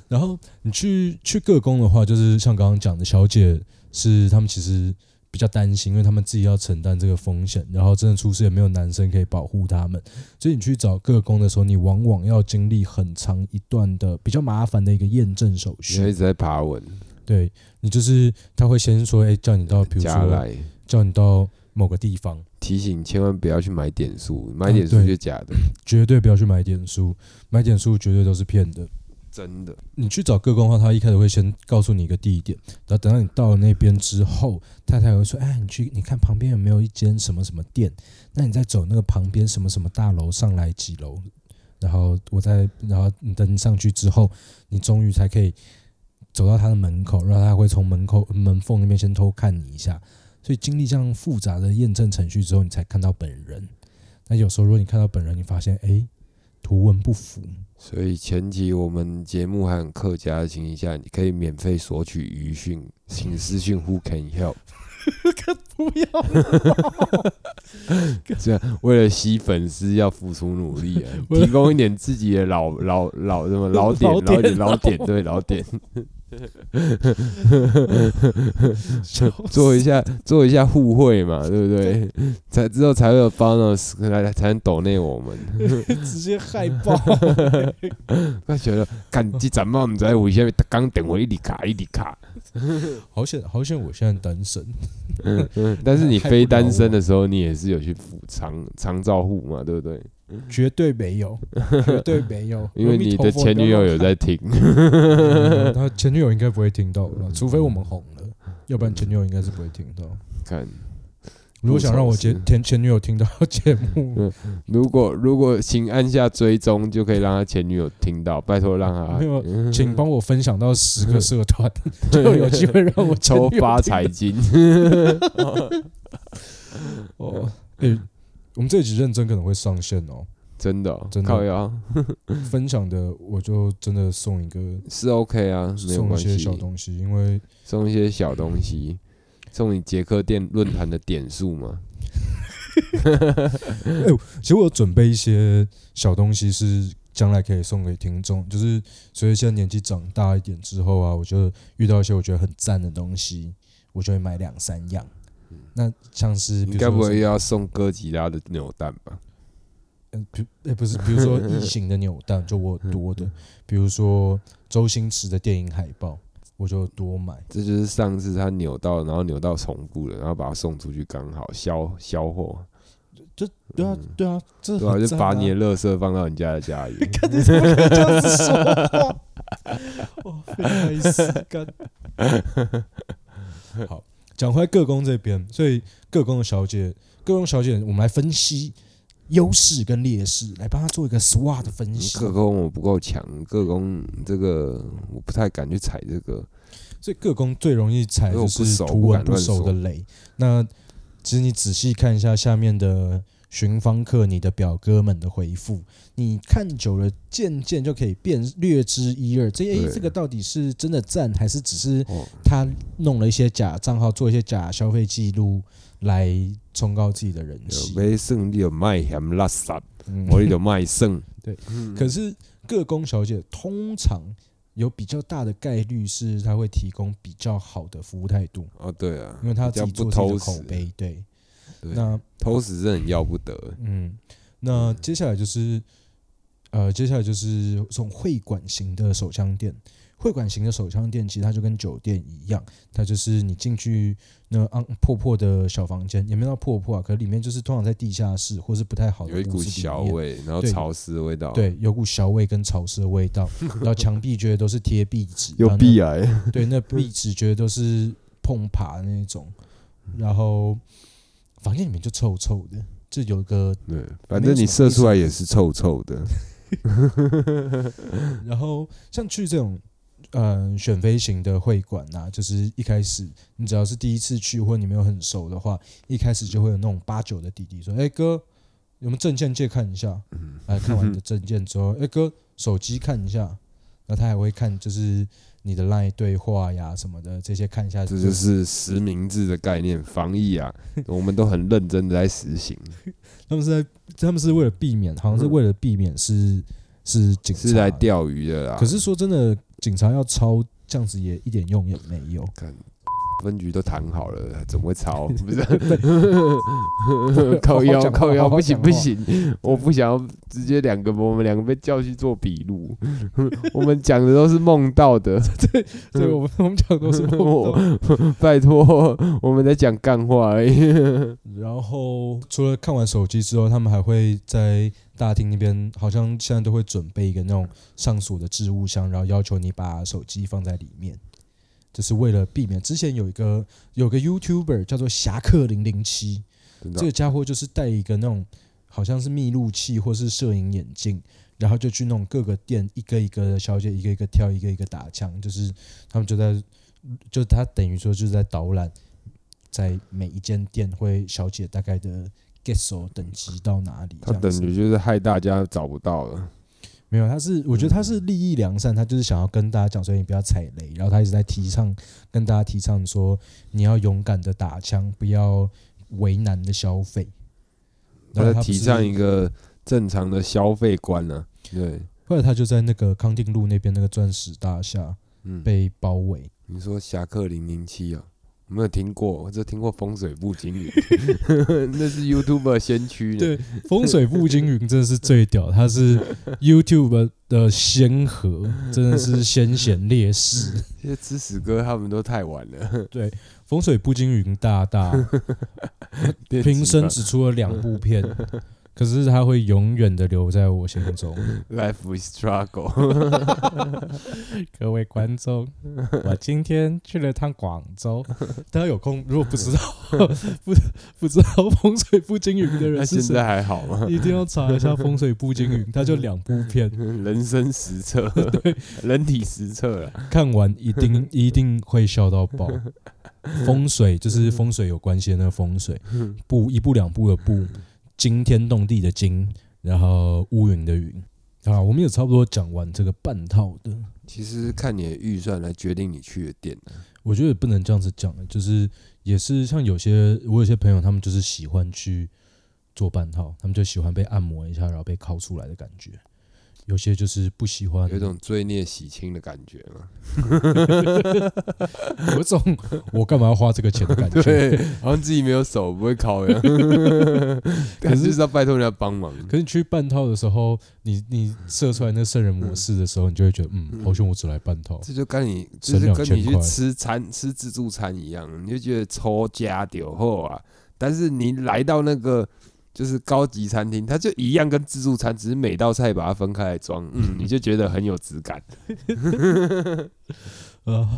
[SPEAKER 2] 然后你去去各工的话，就是像刚刚讲的，小姐是他们其实比较担心，因为他们自己要承担这个风险，然后真的出事也没有男生可以保护他们，所以你去找各工的时候，你往往要经历很长一段的比较麻烦的一个验证手
[SPEAKER 1] 你就一
[SPEAKER 2] 续。
[SPEAKER 1] 直在爬文，
[SPEAKER 2] 对你就是他会先说，哎、叫你到，比如
[SPEAKER 1] 加
[SPEAKER 2] 说
[SPEAKER 1] 来
[SPEAKER 2] 叫你到某个地方。
[SPEAKER 1] 提醒千万不要去买点数，买
[SPEAKER 2] 嗯
[SPEAKER 1] 点数
[SPEAKER 2] 对
[SPEAKER 1] 就假的，
[SPEAKER 2] 绝对不要去买点数，买点数绝对都是骗的。
[SPEAKER 1] 真的。
[SPEAKER 2] 你去找各工的话，他一开始会先告诉你一个地点，然后等到你到了那边之后，他才会说：“哎，你去，你看旁边有没有一间什么什么店？那你再走那个旁边什么什么大楼上来几楼，然后我再，然后你登上去之后，你终于才可以走到他的门口，然后他会从门口门缝那边先偷看你一下。所以经历这样复杂的验证程序之后，你才看到本人。那有时候如果你看到本人，你发现哎、诶图文不符，
[SPEAKER 1] 所以前期我们节目还很客家的情形下，你可以免费索取余讯，请私讯 Who Can
[SPEAKER 2] [laughs]
[SPEAKER 1] Help。
[SPEAKER 2] 不要
[SPEAKER 1] [laughs] 这样为了吸粉丝要付出努
[SPEAKER 2] [laughs]
[SPEAKER 1] 力啊，提供一点自己的老老老什么老点
[SPEAKER 2] 老
[SPEAKER 1] 老
[SPEAKER 2] 点
[SPEAKER 1] 点老点对老点，做一下做一下互惠嘛，对不对？才之后才会有 bonus 来来才能抖内我们。
[SPEAKER 2] [laughs] 直接害 [laughs] 爆。
[SPEAKER 1] 我觉得干这阵嘛，唔知为什么逐工电话一直卡一直
[SPEAKER 2] [laughs]
[SPEAKER 1] 卡。
[SPEAKER 2] 好险，好险！我现在单身，
[SPEAKER 1] 嗯嗯，但是你非单身的时候，你也是有去辅长长照护嘛，对不对？
[SPEAKER 2] 绝对没有，绝对没有
[SPEAKER 1] [laughs] ，因为你的前女友有在听。
[SPEAKER 2] 嗯。 [laughs] 他前女友应该不会听到了，除非我们红了，要不然前女友应该是不会听到。
[SPEAKER 1] [laughs] 看，
[SPEAKER 2] 如果想让我前前前女友听到节目，
[SPEAKER 1] 嗯如果如果请按下追踪，就可以让他前女友听到，拜托让他嗯
[SPEAKER 2] 没有，请帮我分享到十个社团，就有机会让我
[SPEAKER 1] 抽
[SPEAKER 2] 前女友听
[SPEAKER 1] 嗯发财金。
[SPEAKER 2] 哦。 [laughs] 诶，我们这一集认真可能会上线哦。
[SPEAKER 1] [laughs] 真的、哦，
[SPEAKER 2] 真的
[SPEAKER 1] 靠腰
[SPEAKER 2] 分享的我就真的送一个，
[SPEAKER 1] 是 OK 啊，没有
[SPEAKER 2] 送一
[SPEAKER 1] 关系。
[SPEAKER 2] 些小东西，因为
[SPEAKER 1] 送一些小东西，送你捷克电论坛的点数
[SPEAKER 2] [laughs]
[SPEAKER 1] 嘛。
[SPEAKER 2] 其实我有准备一些小东西，是将来可以送给听众。就是随着现在年纪长大一点之后啊，我就遇到一些我觉得很赞的东西，我就会买两三样。那像是比
[SPEAKER 1] 你
[SPEAKER 2] 如
[SPEAKER 1] 该
[SPEAKER 2] 说
[SPEAKER 1] 不
[SPEAKER 2] 什
[SPEAKER 1] 会
[SPEAKER 2] 么
[SPEAKER 1] 又要送哥吉拉的扭蛋吧？
[SPEAKER 2] 嗯，比诶不是，
[SPEAKER 1] [laughs]
[SPEAKER 2] 比如说异形的扭蛋就我有多
[SPEAKER 1] 嗯
[SPEAKER 2] 的，比如说周星驰的电影海报我就多买。
[SPEAKER 1] 这就是上次他扭到，然后扭到重复了，然后把他送出去，刚好销销货，
[SPEAKER 2] 对啊，对啊，这 [laughs]
[SPEAKER 1] 对吧、
[SPEAKER 2] 很
[SPEAKER 1] 就
[SPEAKER 2] 赞
[SPEAKER 1] 把
[SPEAKER 2] 啊
[SPEAKER 1] 你的垃圾放到你家的家
[SPEAKER 2] [laughs]
[SPEAKER 1] 里，
[SPEAKER 2] 你怎么可以这样子说话？哦，被害死干。 [laughs] 好，讲回来各工这边，所以各工的小姐，各工小姐，我们来分析优势跟劣势，来帮她做一个 SWOT 的分析。
[SPEAKER 1] 嗯各工我不够强，各工这个我不太敢去踩这
[SPEAKER 2] [laughs]
[SPEAKER 1] 个。
[SPEAKER 2] 所以各工最容易踩就
[SPEAKER 1] 因为我不
[SPEAKER 2] 是
[SPEAKER 1] 熟
[SPEAKER 2] 图
[SPEAKER 1] 不
[SPEAKER 2] 文
[SPEAKER 1] 敢
[SPEAKER 2] 不
[SPEAKER 1] 乱
[SPEAKER 2] 熟的
[SPEAKER 1] 说
[SPEAKER 2] 雷。那其实你仔细看一下下面的寻芳客，你的表哥们的回复，你看久了，渐渐就可以辨略知一二。这诶，
[SPEAKER 1] 对
[SPEAKER 2] 这个到底是真的赞，还是只是
[SPEAKER 1] 哦，
[SPEAKER 2] 他弄了一些假账号，做一些假消费记录来冲高自己的人气？
[SPEAKER 1] 有买剩你就卖嫌垃圾，
[SPEAKER 2] 嗯
[SPEAKER 1] 我你就卖剩。
[SPEAKER 2] [laughs]
[SPEAKER 1] 嗯
[SPEAKER 2] 对，可是各宫小姐通常有比较大的概率是她会提供比较好的服务态度。
[SPEAKER 1] 哦，对啊，
[SPEAKER 2] 因为他
[SPEAKER 1] 比较
[SPEAKER 2] 自己做
[SPEAKER 1] 不
[SPEAKER 2] 自己
[SPEAKER 1] 偷
[SPEAKER 2] 的口
[SPEAKER 1] 食，
[SPEAKER 2] 碑。对，
[SPEAKER 1] 对
[SPEAKER 2] 那
[SPEAKER 1] 偷食是很要不得。
[SPEAKER 2] 嗯，那接下来就是呃，接下来就是这种会馆型的手枪店。会馆型的手枪店其实它就跟酒店一样，它就是你进去那昂破破的小房间，也没到破破啊，可里面就是通常在地下室或是不太哦好的
[SPEAKER 1] 有一
[SPEAKER 2] 屋
[SPEAKER 1] 股
[SPEAKER 2] 子里
[SPEAKER 1] 小
[SPEAKER 2] 面，
[SPEAKER 1] 味，然后
[SPEAKER 2] 对
[SPEAKER 1] 潮湿的味道，，
[SPEAKER 2] 对，有股小味跟潮湿的
[SPEAKER 1] [laughs]
[SPEAKER 2] 味道，然后墙壁觉得都是贴壁纸，啊然后那
[SPEAKER 1] 啊癌，
[SPEAKER 2] 对，那壁纸觉得都是碰爬的那种，
[SPEAKER 1] 嗯
[SPEAKER 2] 然后房间里面就臭臭的，就有个，
[SPEAKER 1] 对，反正你射出来也是臭臭的，
[SPEAKER 2] 然后像去这种。嗯，选飞行的会馆呐、就是一开始你只要是第一次去，或你没有很熟的话，一开始就会有那种八九的弟弟说：“哎、哥，我们证件借看一下。”
[SPEAKER 1] 嗯
[SPEAKER 2] 哎，
[SPEAKER 1] [laughs]
[SPEAKER 2] 看完你的证件之后，哎、哥，手机看一下。那他还会看，就是你的 LINE 对话呀什么的这些看一下。
[SPEAKER 1] 这就是实名制的概念，防疫
[SPEAKER 2] [laughs]
[SPEAKER 1] 啊，我们都很认真的在实行，
[SPEAKER 2] 他们是在，他们是为了避免，好像是为了避免是是警察
[SPEAKER 1] 嗯是来。钓鱼的啦。
[SPEAKER 2] 可是说真的，警察要抄这样子也一点用也没有。
[SPEAKER 1] 看分局都谈好了，怎么会
[SPEAKER 2] [laughs]
[SPEAKER 1] 吵？不是， [laughs] 靠
[SPEAKER 2] 好好
[SPEAKER 1] 腰
[SPEAKER 2] 讲话
[SPEAKER 1] 靠
[SPEAKER 2] 好
[SPEAKER 1] 腰，
[SPEAKER 2] 好
[SPEAKER 1] 不行
[SPEAKER 2] 讲话
[SPEAKER 1] 不行，我不想要直接两个，我们两个被叫去做笔录，我们讲的都是梦到
[SPEAKER 2] [laughs]
[SPEAKER 1] 的，
[SPEAKER 2] 对，我们我们讲的都是梦
[SPEAKER 1] [laughs]
[SPEAKER 2] 到。
[SPEAKER 1] 我拜托，我们在讲干话而已。
[SPEAKER 2] 然后除了看完手机之后，他们还会在大厅那边，好像现在都会准备一个那种上锁的置物箱，然后要求你把手机放在里面。就是为了避免，之前有一个有个 YouTuber 叫做侠客零零七，
[SPEAKER 1] 真的
[SPEAKER 2] 这个家伙就是带一个那种好像是密录器或是摄影眼镜，然后就去那种各个店一个一个的小姐一个一个挑，一个一个打枪，就是他们就在，就他等于说就是在导览，在每一间店会小姐大概的 get 手等级到哪里，
[SPEAKER 1] 他
[SPEAKER 2] 这样
[SPEAKER 1] 等
[SPEAKER 2] 子。
[SPEAKER 1] 于就是害大家找不到了。
[SPEAKER 2] 没有，他是我觉得他
[SPEAKER 1] 嗯
[SPEAKER 2] 是利益良善，他就是想要跟大家讲说你不要踩雷，然后他一直在提倡跟大家提倡说你要勇敢的打枪，不要为难的消费。
[SPEAKER 1] 他
[SPEAKER 2] 然后
[SPEAKER 1] 在
[SPEAKER 2] 不
[SPEAKER 1] 提
[SPEAKER 2] 是
[SPEAKER 1] 倡一个正常的消费观啊呢、对，
[SPEAKER 2] 后来他就在那个康定路那边那个钻石大厦
[SPEAKER 1] 嗯，
[SPEAKER 2] 被包围，
[SPEAKER 1] 你说侠客零零七啊，我没有听过，我只听过风水部经理， [laughs] 那是 YouTuber 先驱呢。
[SPEAKER 2] 对，风水步惊云真的是最屌，他 [laughs] 是 YouTube 的先河，真的是先贤烈士。 [laughs]
[SPEAKER 1] 这些吃屎哥他们都太晚了， [laughs]
[SPEAKER 2] 风水步惊云大 [laughs] 大
[SPEAKER 1] 电击
[SPEAKER 2] 平生
[SPEAKER 1] 吧
[SPEAKER 2] 只出了两部 [laughs] 片，可是他会永远的留在我心中。
[SPEAKER 1] Life is struggle，
[SPEAKER 2] [laughs] 各位观 [laughs] 众，我今天去了趟广州， [laughs] 大家有空如果不知道 [laughs] 不不知道风水步惊云的
[SPEAKER 1] 那
[SPEAKER 2] [laughs] 人
[SPEAKER 1] 现
[SPEAKER 2] 是谁
[SPEAKER 1] 在，还好吗？ [laughs]
[SPEAKER 2] 一定要查一下风水步惊云，他就两部片。
[SPEAKER 1] 人生实
[SPEAKER 2] [laughs]
[SPEAKER 1] 测， [laughs] 人体实测啊，
[SPEAKER 2] 看完一定一定会笑到爆。风水就是风水有关系的那个风水，步一步两步的步，惊天动地的惊，然后乌云的云。好，我们也差不多讲完这个半套的，
[SPEAKER 1] 其实看你的预算来决定你去的店啊
[SPEAKER 2] 我觉得不能这样子讲，就是也是像有些我有些朋友，他们就是喜欢去做半套，他们就喜欢被按摩一下，然后被敲出来的感觉。有些就是不喜欢，
[SPEAKER 1] 有一种罪孽洗清的感觉
[SPEAKER 2] [laughs]
[SPEAKER 1] 嘛。
[SPEAKER 2] 有一种我干嘛要花这个钱的感
[SPEAKER 1] [laughs]
[SPEAKER 2] 觉。
[SPEAKER 1] 对，好像自己没有手不会烤
[SPEAKER 2] [laughs]
[SPEAKER 1] [laughs] 一样，可是就是要拜托人家帮忙。
[SPEAKER 2] 可是你去半套的时候，你你射出来那圣人模式的时候，你就会觉得，嗯，好像我只来半套。
[SPEAKER 1] 这就跟你就
[SPEAKER 2] 省
[SPEAKER 1] 是跟你
[SPEAKER 2] 2000
[SPEAKER 1] 去
[SPEAKER 2] 块
[SPEAKER 1] 吃餐吃自助餐一样，你就觉得抽家丢后啊。但是你来到那个就是高级餐厅，它就一样跟自助餐，只是每道菜把它分开来装，
[SPEAKER 2] [laughs]
[SPEAKER 1] 嗯，你就觉得很有质感。
[SPEAKER 2] 呃，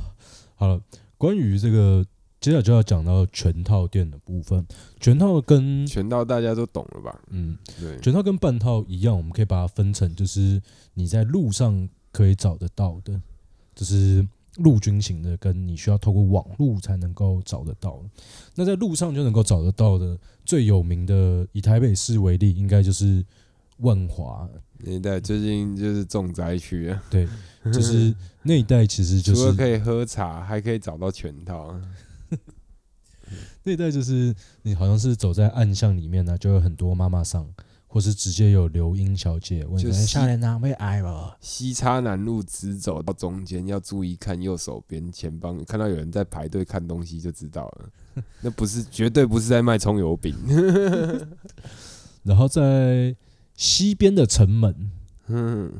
[SPEAKER 2] 好了，关于这个，接下来就要讲到全套店的部分。全套跟
[SPEAKER 1] 全到大家都懂了吧？
[SPEAKER 2] 嗯，
[SPEAKER 1] 对，
[SPEAKER 2] 全套跟半套一样，我们可以把它分成，就是你在路上可以找得到的，就是陆军型的，跟你需要透过网路才能够找得到的。那在路上就能够找得到的，最有名的，以台北市为例，应该就是万
[SPEAKER 1] [laughs]
[SPEAKER 2] 华
[SPEAKER 1] 那一带最近就是重灾区啊，
[SPEAKER 2] 对，就是那一代其实就
[SPEAKER 1] 除了
[SPEAKER 2] 是
[SPEAKER 1] 可以喝茶，还可以找到全套啊。
[SPEAKER 2] 那一代就是你好像是走在暗巷里面呢、啊就有很多妈妈桑，或是直接有留英小姐问
[SPEAKER 1] 就
[SPEAKER 2] 你
[SPEAKER 1] 是
[SPEAKER 2] 下人啊会挨了，
[SPEAKER 1] 西叉南路直走到中间，要注意看右手边前方，看到有人在排队看东西就知道了。那不是，绝对不是在卖葱油饼。 [laughs]
[SPEAKER 2] 然后在西边的城门，
[SPEAKER 1] 嗯，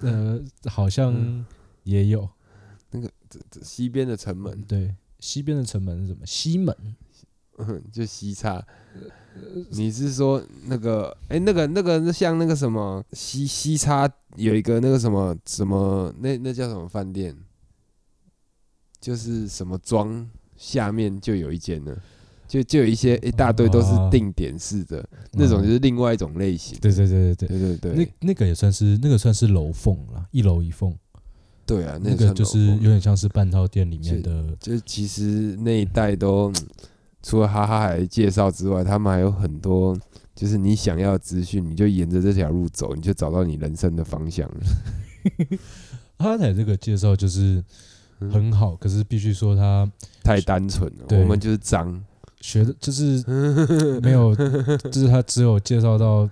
[SPEAKER 2] 呃，好像也有
[SPEAKER 1] 这西边的城门，
[SPEAKER 2] 对。西边的城门是什么？西门
[SPEAKER 1] 嗯就西叉。你是说那个？哎、那个那个，那像那个什么西西叉有一个那个什么什么，那那叫什么饭店？就是什么庄下面就有一间呢，就就有一些一大堆都是
[SPEAKER 2] 啊
[SPEAKER 1] 定点式的。那种就
[SPEAKER 2] 啊
[SPEAKER 1] 是另外一种类型。
[SPEAKER 2] 对对对对对，
[SPEAKER 1] 对对对，
[SPEAKER 2] 那那个也算是那个算是楼缝啦，一楼一缝，
[SPEAKER 1] 对啊，
[SPEAKER 2] 那
[SPEAKER 1] 也算
[SPEAKER 2] 个就是
[SPEAKER 1] 老
[SPEAKER 2] 有
[SPEAKER 1] 风
[SPEAKER 2] 点像是半套店里面
[SPEAKER 1] 是
[SPEAKER 2] 的
[SPEAKER 1] 就其实那一代都嗯除了哈哈海介绍之外，他们还有很多就是你想要的资讯，你就沿着这条路走，你就找到你人生的方向了。
[SPEAKER 2] 阿奶啊这个介绍就是很好，可是必须说他
[SPEAKER 1] 太单纯了，
[SPEAKER 2] 对
[SPEAKER 1] 我们就是脏，
[SPEAKER 2] 学的就是 [laughs] 没有，就是他只有介绍到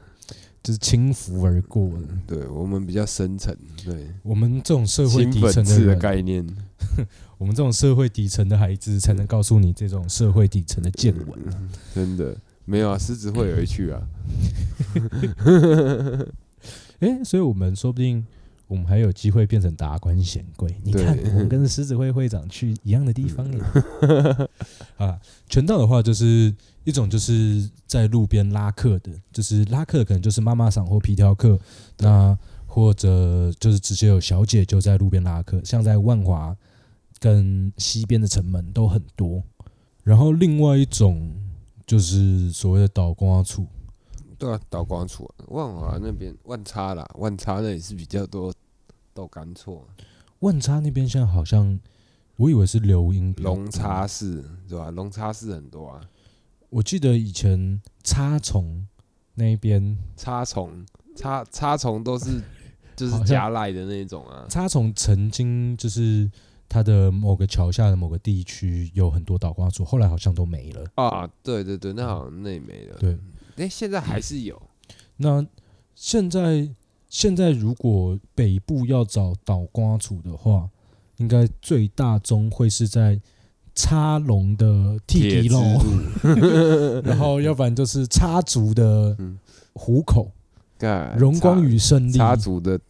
[SPEAKER 2] 就是轻浮而过的。
[SPEAKER 1] 对我们比较深层，对
[SPEAKER 2] 我们这种社会
[SPEAKER 1] 新
[SPEAKER 2] 底
[SPEAKER 1] 粉
[SPEAKER 2] 层的
[SPEAKER 1] 刺的
[SPEAKER 2] 人，
[SPEAKER 1] 概念。
[SPEAKER 2] 我们这种社会底层的孩子，才能告诉你这种社会底层的见闻。
[SPEAKER 1] 嗯真的没有啊，狮子会有一去啊，
[SPEAKER 2] 诶，所以我们说不定我们还有机会变成达官显贵。你看，
[SPEAKER 1] 对
[SPEAKER 2] 我们跟狮子会会长去一样的地方耶。 [laughs] 啊，全套的话就是一种就是在路边拉客的，就是拉客可能就是妈妈桑或皮条客，那或者就是直接有小姐就在路边拉客，像在万华跟西边的城门都很多。然后另外一种就是所谓的导光处，嗯
[SPEAKER 1] 对啊，导光处、啊，万华那边万叉啦，万叉那里是比较多豆干错、
[SPEAKER 2] 万叉那边现在好嗯像，我以为是流音比较多
[SPEAKER 1] 龙叉市是吧？龙叉市很多啊，
[SPEAKER 2] 我记得以前插虫那边，
[SPEAKER 1] 插虫插插虫都
[SPEAKER 2] [laughs]
[SPEAKER 1] 是就是
[SPEAKER 2] 好像
[SPEAKER 1] 加赖的那种啊，
[SPEAKER 2] 插虫曾经就是它的某个桥下的某个地区有很多倒挂树，后来好像都没了。
[SPEAKER 1] 啊，对对对，那好像内没了。
[SPEAKER 2] 对，
[SPEAKER 1] 哎，现在还是有，
[SPEAKER 2] 那现在现在如果北部要找倒瓜处的话，应该最大宗会是在插龙的
[SPEAKER 1] 铁
[SPEAKER 2] 地底
[SPEAKER 1] 之
[SPEAKER 2] 楼，
[SPEAKER 1] 路，
[SPEAKER 2] [laughs] 然后要不然就是插足的
[SPEAKER 1] 嗯
[SPEAKER 2] 虎口、
[SPEAKER 1] 干
[SPEAKER 2] 荣光
[SPEAKER 1] 插
[SPEAKER 2] 与胜利。
[SPEAKER 1] 插足的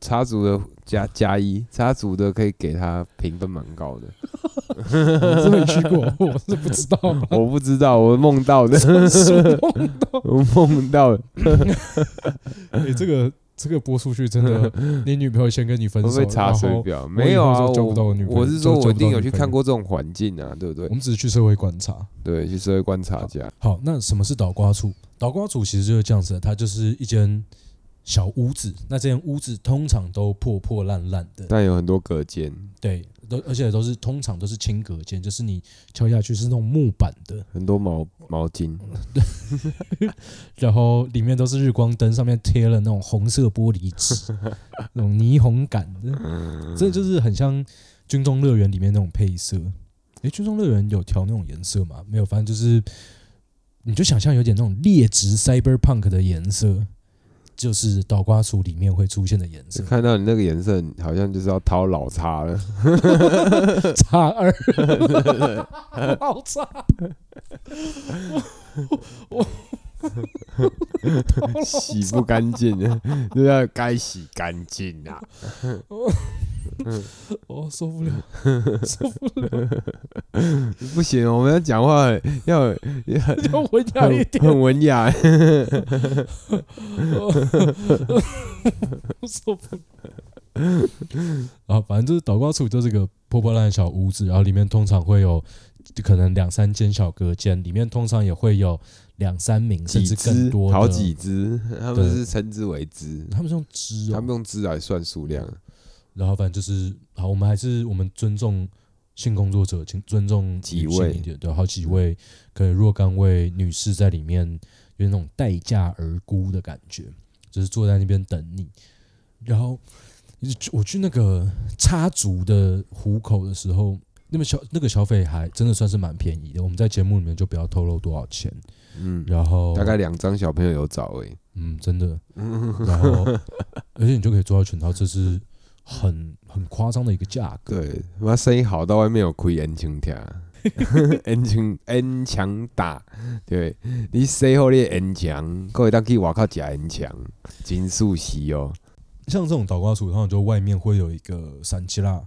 [SPEAKER 1] 插足的加加一，插足的可以给他评分蛮高
[SPEAKER 2] [laughs]
[SPEAKER 1] 的。
[SPEAKER 2] [laughs] 我是没去过，我是不知道。
[SPEAKER 1] [laughs] 我不知道，我梦到
[SPEAKER 2] [laughs]
[SPEAKER 1] 的，我梦到的，
[SPEAKER 2] 你哎这个这个播出去真的，
[SPEAKER 1] [laughs]
[SPEAKER 2] 你女朋友先跟你分
[SPEAKER 1] 会不
[SPEAKER 2] 手，
[SPEAKER 1] 会查水
[SPEAKER 2] 然后
[SPEAKER 1] 表？
[SPEAKER 2] 我
[SPEAKER 1] 没
[SPEAKER 2] 以
[SPEAKER 1] 有
[SPEAKER 2] 后
[SPEAKER 1] 啊，
[SPEAKER 2] 就交不到
[SPEAKER 1] 我
[SPEAKER 2] 女朋友
[SPEAKER 1] 我是说
[SPEAKER 2] 就交
[SPEAKER 1] 我
[SPEAKER 2] 不
[SPEAKER 1] 一定
[SPEAKER 2] 到
[SPEAKER 1] 有
[SPEAKER 2] 女
[SPEAKER 1] 去
[SPEAKER 2] 朋
[SPEAKER 1] 看
[SPEAKER 2] 友
[SPEAKER 1] 过这种环境啊，对不对
[SPEAKER 2] 我？们只是去社会观察。
[SPEAKER 1] 对，去社会观察家，
[SPEAKER 2] 好，那什么是倒瓜处？倒瓜处其实就是这样子的，它就是一间小屋子。那这间屋子通常都破破烂烂的，
[SPEAKER 1] 但有很多隔间，
[SPEAKER 2] 对，都而且都是通常都是轻隔间，就是你敲下去是那种木板的，
[SPEAKER 1] 很多毛毛巾，
[SPEAKER 2] 然后里面都是日光灯，上面贴了那种红色玻璃纸，那种霓虹感的，这就是很像军中乐园里面那种配色。诶，军中乐园有调那种颜色吗？没有，反正就是，你就想象有点那种劣质 cyberpunk 的颜色，就是倒瓜鼠里面会出现的颜
[SPEAKER 1] [laughs]
[SPEAKER 2] 色
[SPEAKER 1] 就。看到你那个颜色，好像就是要掏老叉
[SPEAKER 2] [laughs]
[SPEAKER 1] 了。
[SPEAKER 2] 差二， [laughs] 好差！
[SPEAKER 1] 洗不干净，就要该洗干净啊！
[SPEAKER 2] 我哦受不了，受不
[SPEAKER 1] 不行，我们要讲话要要
[SPEAKER 2] 了， [laughs] 要回家一
[SPEAKER 1] 很
[SPEAKER 2] 点。
[SPEAKER 1] 很文雅，
[SPEAKER 2] [laughs] 受不了。啊，反正就是倒挂处，就是个破破烂烂的小屋子，然后里面通常会有可能两三间小隔间，里面通常也会有两三名甚
[SPEAKER 1] 几
[SPEAKER 2] 至更
[SPEAKER 1] 只
[SPEAKER 2] 多的
[SPEAKER 1] 好几，只，他们
[SPEAKER 2] 对
[SPEAKER 1] 是称之为只，
[SPEAKER 2] 他们是用枝、哦，
[SPEAKER 1] 他们用只来算数量。
[SPEAKER 2] 然后反正就是好，我们还是我们尊重性工作者，请尊重
[SPEAKER 1] 几
[SPEAKER 2] 女性
[SPEAKER 1] 位
[SPEAKER 2] 一点，对，好几位可能若干位女士在里面有那种待价而沽的感觉，就是坐在那边等你。然后我去那个插足的虎口的时候，那么小那个小费还真的算是蛮便宜的，我们在节目里面就不要透露多少钱。
[SPEAKER 1] 嗯，
[SPEAKER 2] 然后
[SPEAKER 1] 大概两张小朋友有找诶、
[SPEAKER 2] 嗯，真的。
[SPEAKER 1] 嗯
[SPEAKER 2] 然后，而且你就可以做到全套，这是很很夸张的一个价格。
[SPEAKER 1] 对，妈生意好到外面有开 N 枪 [laughs] 条，N 枪 N 强打，对你洗好你的 N 强，各位当去外口食 N 强，真熟悉哦。
[SPEAKER 2] 像这种倒挂鼠，通常就外面会有一个三七辣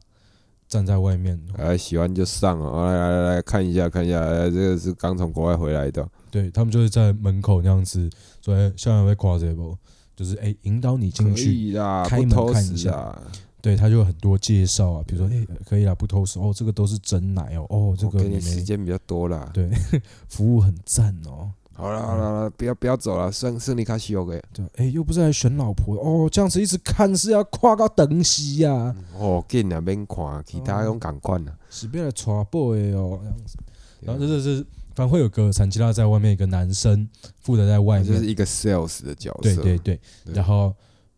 [SPEAKER 2] 站在外面，
[SPEAKER 1] 啊，喜欢就上哦，啊来来来来看一下看一下，来这个是刚从国外回来的，
[SPEAKER 2] 对他们就会在门口那样子，哎所以校园会夸这不，就是哎、引导你进
[SPEAKER 1] 可
[SPEAKER 2] 去，
[SPEAKER 1] 以啦，
[SPEAKER 2] 开
[SPEAKER 1] 不
[SPEAKER 2] 门
[SPEAKER 1] 偷
[SPEAKER 2] 看一
[SPEAKER 1] 食
[SPEAKER 2] 下
[SPEAKER 1] 啊，
[SPEAKER 2] 对他就有很多介绍啊，比如说哎、可以啦，不偷食哦，这个都是真奶哦，哦这
[SPEAKER 1] 我
[SPEAKER 2] 个
[SPEAKER 1] 给
[SPEAKER 2] 妹
[SPEAKER 1] 你时
[SPEAKER 2] 妹
[SPEAKER 1] 间比较多啦。
[SPEAKER 2] [laughs] 对服务很赞哦，
[SPEAKER 1] 好啦好啦，好啦不要不要走了，算胜利卡西 OK。
[SPEAKER 2] 对，哎、又不是来选老婆哦，这样子一直看是要跨到等西呀、啊，
[SPEAKER 1] 哦，紧啊，免看，其他
[SPEAKER 2] 哦
[SPEAKER 1] 用赶快啦。
[SPEAKER 2] 是不要来娶某的哦，这样子，然后
[SPEAKER 1] 对
[SPEAKER 2] 这
[SPEAKER 1] 啊
[SPEAKER 2] 就是反正会有个产吉拉在外面，一个男生负责在外面，
[SPEAKER 1] 就是一个 sales 的角
[SPEAKER 2] 对
[SPEAKER 1] 色，
[SPEAKER 2] 对对，
[SPEAKER 1] 对
[SPEAKER 2] 然后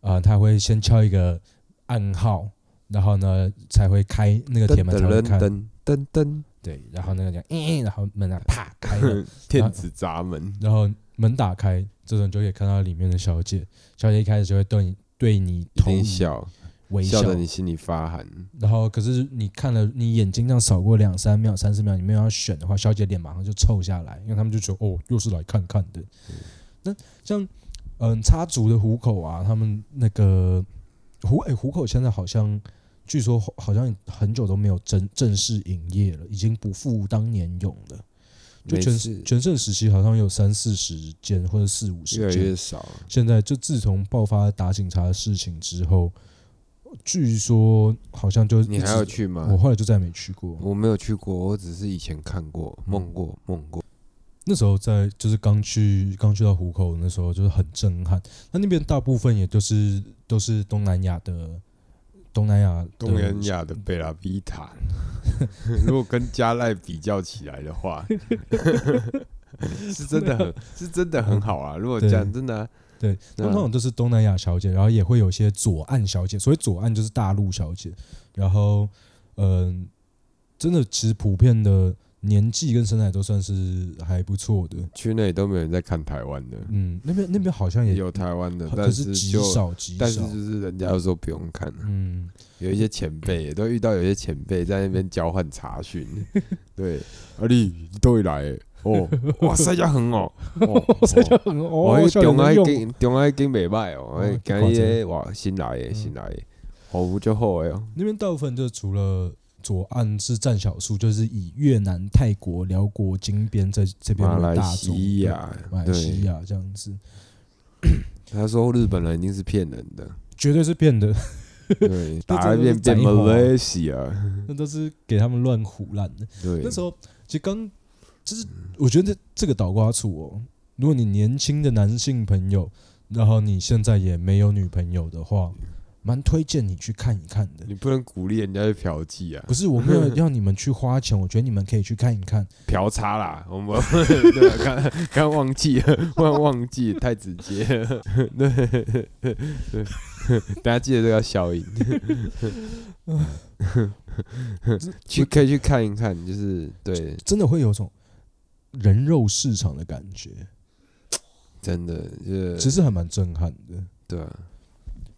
[SPEAKER 2] 啊、呃他会先敲一个暗号，然后呢才会开那个铁门才会
[SPEAKER 1] 噔
[SPEAKER 2] 开，
[SPEAKER 1] 噔噔噔噔，
[SPEAKER 2] 对，然后那个讲，嗯，然后门啊啪开了，
[SPEAKER 1] [laughs] 电子闸门，
[SPEAKER 2] 然后门打开，这时候你就可以看到里面的小姐，小姐一开始就会对你对你
[SPEAKER 1] 一
[SPEAKER 2] 投
[SPEAKER 1] 定
[SPEAKER 2] 以
[SPEAKER 1] 笑，
[SPEAKER 2] 微
[SPEAKER 1] 笑
[SPEAKER 2] 笑，
[SPEAKER 1] 得你心里发寒。
[SPEAKER 2] 然后可是你看了你眼睛这样扫过两三秒、三十秒，你没有要选的话，小姐脸马上就臭下来，因为他们就觉得哦，又是来看看的。那像嗯插足的虎口啊，他们那个虎哎、虎口现在好像据说好像很久都没有正正式营业了，已经不复当年勇了。就
[SPEAKER 1] 没
[SPEAKER 2] 全
[SPEAKER 1] 事
[SPEAKER 2] 全盛时期好像有三四十间或者四五
[SPEAKER 1] 越
[SPEAKER 2] 十
[SPEAKER 1] 来
[SPEAKER 2] 间
[SPEAKER 1] 越，少了，
[SPEAKER 2] 现在就自从爆发打警察的事情之后，据说好像就
[SPEAKER 1] 你
[SPEAKER 2] 一直
[SPEAKER 1] 还要？去吗
[SPEAKER 2] 我？后来就再也没去过。
[SPEAKER 1] 我没有去过，我只是以前看过、梦过、梦过。
[SPEAKER 2] 那时候在就是刚去刚去到虎口那时候就是很震撼。那那边大部分也就是都是东南亚的东南亚的
[SPEAKER 1] 东南亚的贝拉维
[SPEAKER 2] [laughs]
[SPEAKER 1] 塔，如果跟加赖比较起来的话， [laughs] 是真的很是真的很好啊。如果
[SPEAKER 2] 对
[SPEAKER 1] 讲真的啊、
[SPEAKER 2] 对，那
[SPEAKER 1] 那
[SPEAKER 2] 那种就是东南亚小姐，然后也会有一些左岸小姐，所谓左岸就是大陆小姐，然后嗯、真的其实普遍的年纪跟身材都算是还不错的，
[SPEAKER 1] 去那里都没有人在看台湾的，
[SPEAKER 2] 嗯，那边那边好像也
[SPEAKER 1] 有台湾的，
[SPEAKER 2] 可
[SPEAKER 1] 但
[SPEAKER 2] 是极
[SPEAKER 1] 就
[SPEAKER 2] 少极
[SPEAKER 1] 但是
[SPEAKER 2] 少，
[SPEAKER 1] 就是人家都说不用看啊，
[SPEAKER 2] 嗯，
[SPEAKER 1] 有一些前辈也都遇到有些前辈在那边交换查询，
[SPEAKER 2] [laughs]
[SPEAKER 1] 对，啊你你都会来欸哦，哇塞家很哦，
[SPEAKER 2] [laughs]
[SPEAKER 1] 哦塞家
[SPEAKER 2] 很
[SPEAKER 1] 哦，
[SPEAKER 2] 哦
[SPEAKER 1] 那，
[SPEAKER 2] 笑脸
[SPEAKER 1] 中
[SPEAKER 2] 能
[SPEAKER 1] 爱
[SPEAKER 2] 用
[SPEAKER 1] 经中爱经袂歹
[SPEAKER 2] 哦
[SPEAKER 1] 哦，哎
[SPEAKER 2] 这
[SPEAKER 1] 今
[SPEAKER 2] 夸张
[SPEAKER 1] 日哇新来的
[SPEAKER 2] 嗯
[SPEAKER 1] 新来的，服务就好诶哦，
[SPEAKER 2] 那边大部分就除了左岸是占少数，就是以越南、泰国、辽国、金边这这边
[SPEAKER 1] 马
[SPEAKER 2] 为
[SPEAKER 1] 来
[SPEAKER 2] 大宗
[SPEAKER 1] 西亚
[SPEAKER 2] 对，马来西
[SPEAKER 1] 对，
[SPEAKER 2] 亚这样子，
[SPEAKER 1] 他说日本人一定是骗人的，
[SPEAKER 2] 绝对是骗的， [laughs]
[SPEAKER 1] 对，打一
[SPEAKER 2] 真的
[SPEAKER 1] 遍
[SPEAKER 2] 是
[SPEAKER 1] 变
[SPEAKER 2] 宰一伙啊
[SPEAKER 1] Malaysia，
[SPEAKER 2] 那都是给他们乱胡乱的。
[SPEAKER 1] 对，
[SPEAKER 2] 那时候其实刚就是我觉得这这个倒瓜处哦，如果你年轻的男性朋友，然后你现在也没有女朋友的话，蛮推荐你去看一看的。
[SPEAKER 1] 你不能鼓励人家去嫖妓啊，
[SPEAKER 2] 不是我没有要你们去花钱，我觉得你们可以去看一看。
[SPEAKER 1] 嫖娼啦，我们对吧刚刚忘记了，忘忘记太直接了，对对，大家记得这个消音，去可以去看一看，就是对，
[SPEAKER 2] 真的会有种人肉市场的感觉，
[SPEAKER 1] 真的就是
[SPEAKER 2] 其实还蛮震撼的。
[SPEAKER 1] 对啊，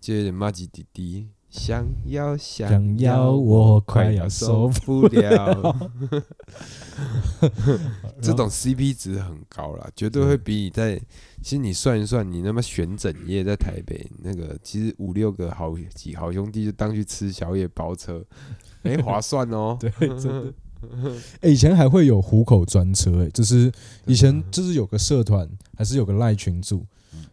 [SPEAKER 1] 就有点骂吉弟弟，想要想
[SPEAKER 2] 想要我快要受
[SPEAKER 1] 不了， [laughs] 这种 CP 值很高啦，绝对会比你在。其实你算一算，你那么选整夜在台北那个，其实五六个好几好兄弟就当去吃宵夜包
[SPEAKER 2] [laughs]。
[SPEAKER 1] 车，哎、划算哦
[SPEAKER 2] 对，真的。欸以前还会有虎口专车、欸，就是以前就是有个社团，还是有个赖群组，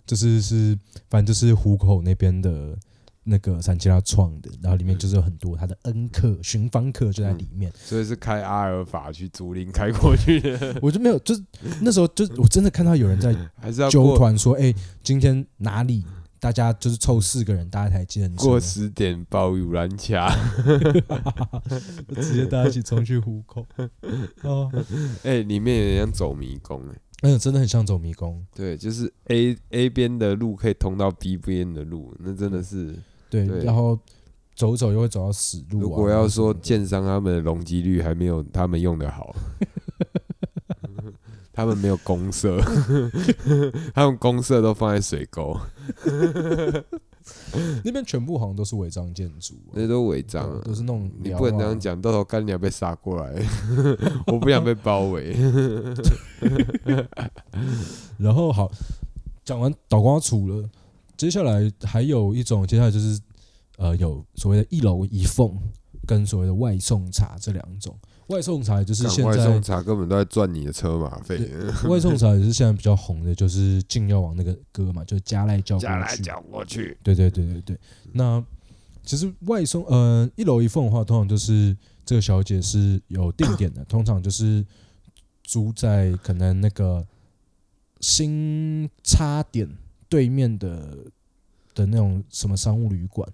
[SPEAKER 2] 就是是反正就是虎口那边的那个散吉拉创的，然后里面就是有很多他的恩客、寻芳客就在里面。
[SPEAKER 1] 所以是开阿尔法去竹林开过去的，
[SPEAKER 2] 我就没有，就是那时候就我真的看到有 [laughs] 人在
[SPEAKER 1] 还是要
[SPEAKER 2] 揪
[SPEAKER 1] 过
[SPEAKER 2] 团说，哎、今天哪里大家就是凑四个人，大家才见
[SPEAKER 1] 过十点包五兰卡。
[SPEAKER 2] [laughs]
[SPEAKER 1] [laughs]
[SPEAKER 2] 直接大家一起冲去虎口。哦，
[SPEAKER 1] 哎、里面有点像走迷宫哎、
[SPEAKER 2] 嗯，真的很像走迷宫。
[SPEAKER 1] 对，就是 A A 边的路可以通到 B 边的路，那真的是，
[SPEAKER 2] 对，
[SPEAKER 1] 对
[SPEAKER 2] 然后走一走又会走到死路、啊。
[SPEAKER 1] 如果要说建商他们的容积率还没有他们用的好， [laughs] 他们没有公社， [laughs] 他们公社都放在水沟，
[SPEAKER 2] 那边全部好像都是违章建筑啊、
[SPEAKER 1] 那都违章
[SPEAKER 2] 对
[SPEAKER 1] 啊
[SPEAKER 2] 都。是那种
[SPEAKER 1] 你
[SPEAKER 2] 寮
[SPEAKER 1] 不能
[SPEAKER 2] 啊
[SPEAKER 1] 这样，讲，到时候干你要被杀过
[SPEAKER 2] [laughs]
[SPEAKER 1] 来，我不想被包围。
[SPEAKER 2] 然后好，讲完倒瓜处了，接下来还有一种，接下来就是呃有所谓的一楼一凤跟所谓的外送茶这两种。外送茶也就是
[SPEAKER 1] 干
[SPEAKER 2] 现
[SPEAKER 1] 外
[SPEAKER 2] 在
[SPEAKER 1] 送茶根本都在赚你的车马
[SPEAKER 2] [laughs]
[SPEAKER 1] 费，
[SPEAKER 2] 外送茶也是现在比较红的，就是禁药王那个歌嘛，就是加赖叫过
[SPEAKER 1] 加来嗯
[SPEAKER 2] 去。
[SPEAKER 1] 讲过去，
[SPEAKER 2] 对对对对对。那其实外送，呃，一楼一凤的话，通常就是这个小姐是有定点的，通常就是租在可能那个新叉点对面的的那种什么商务旅馆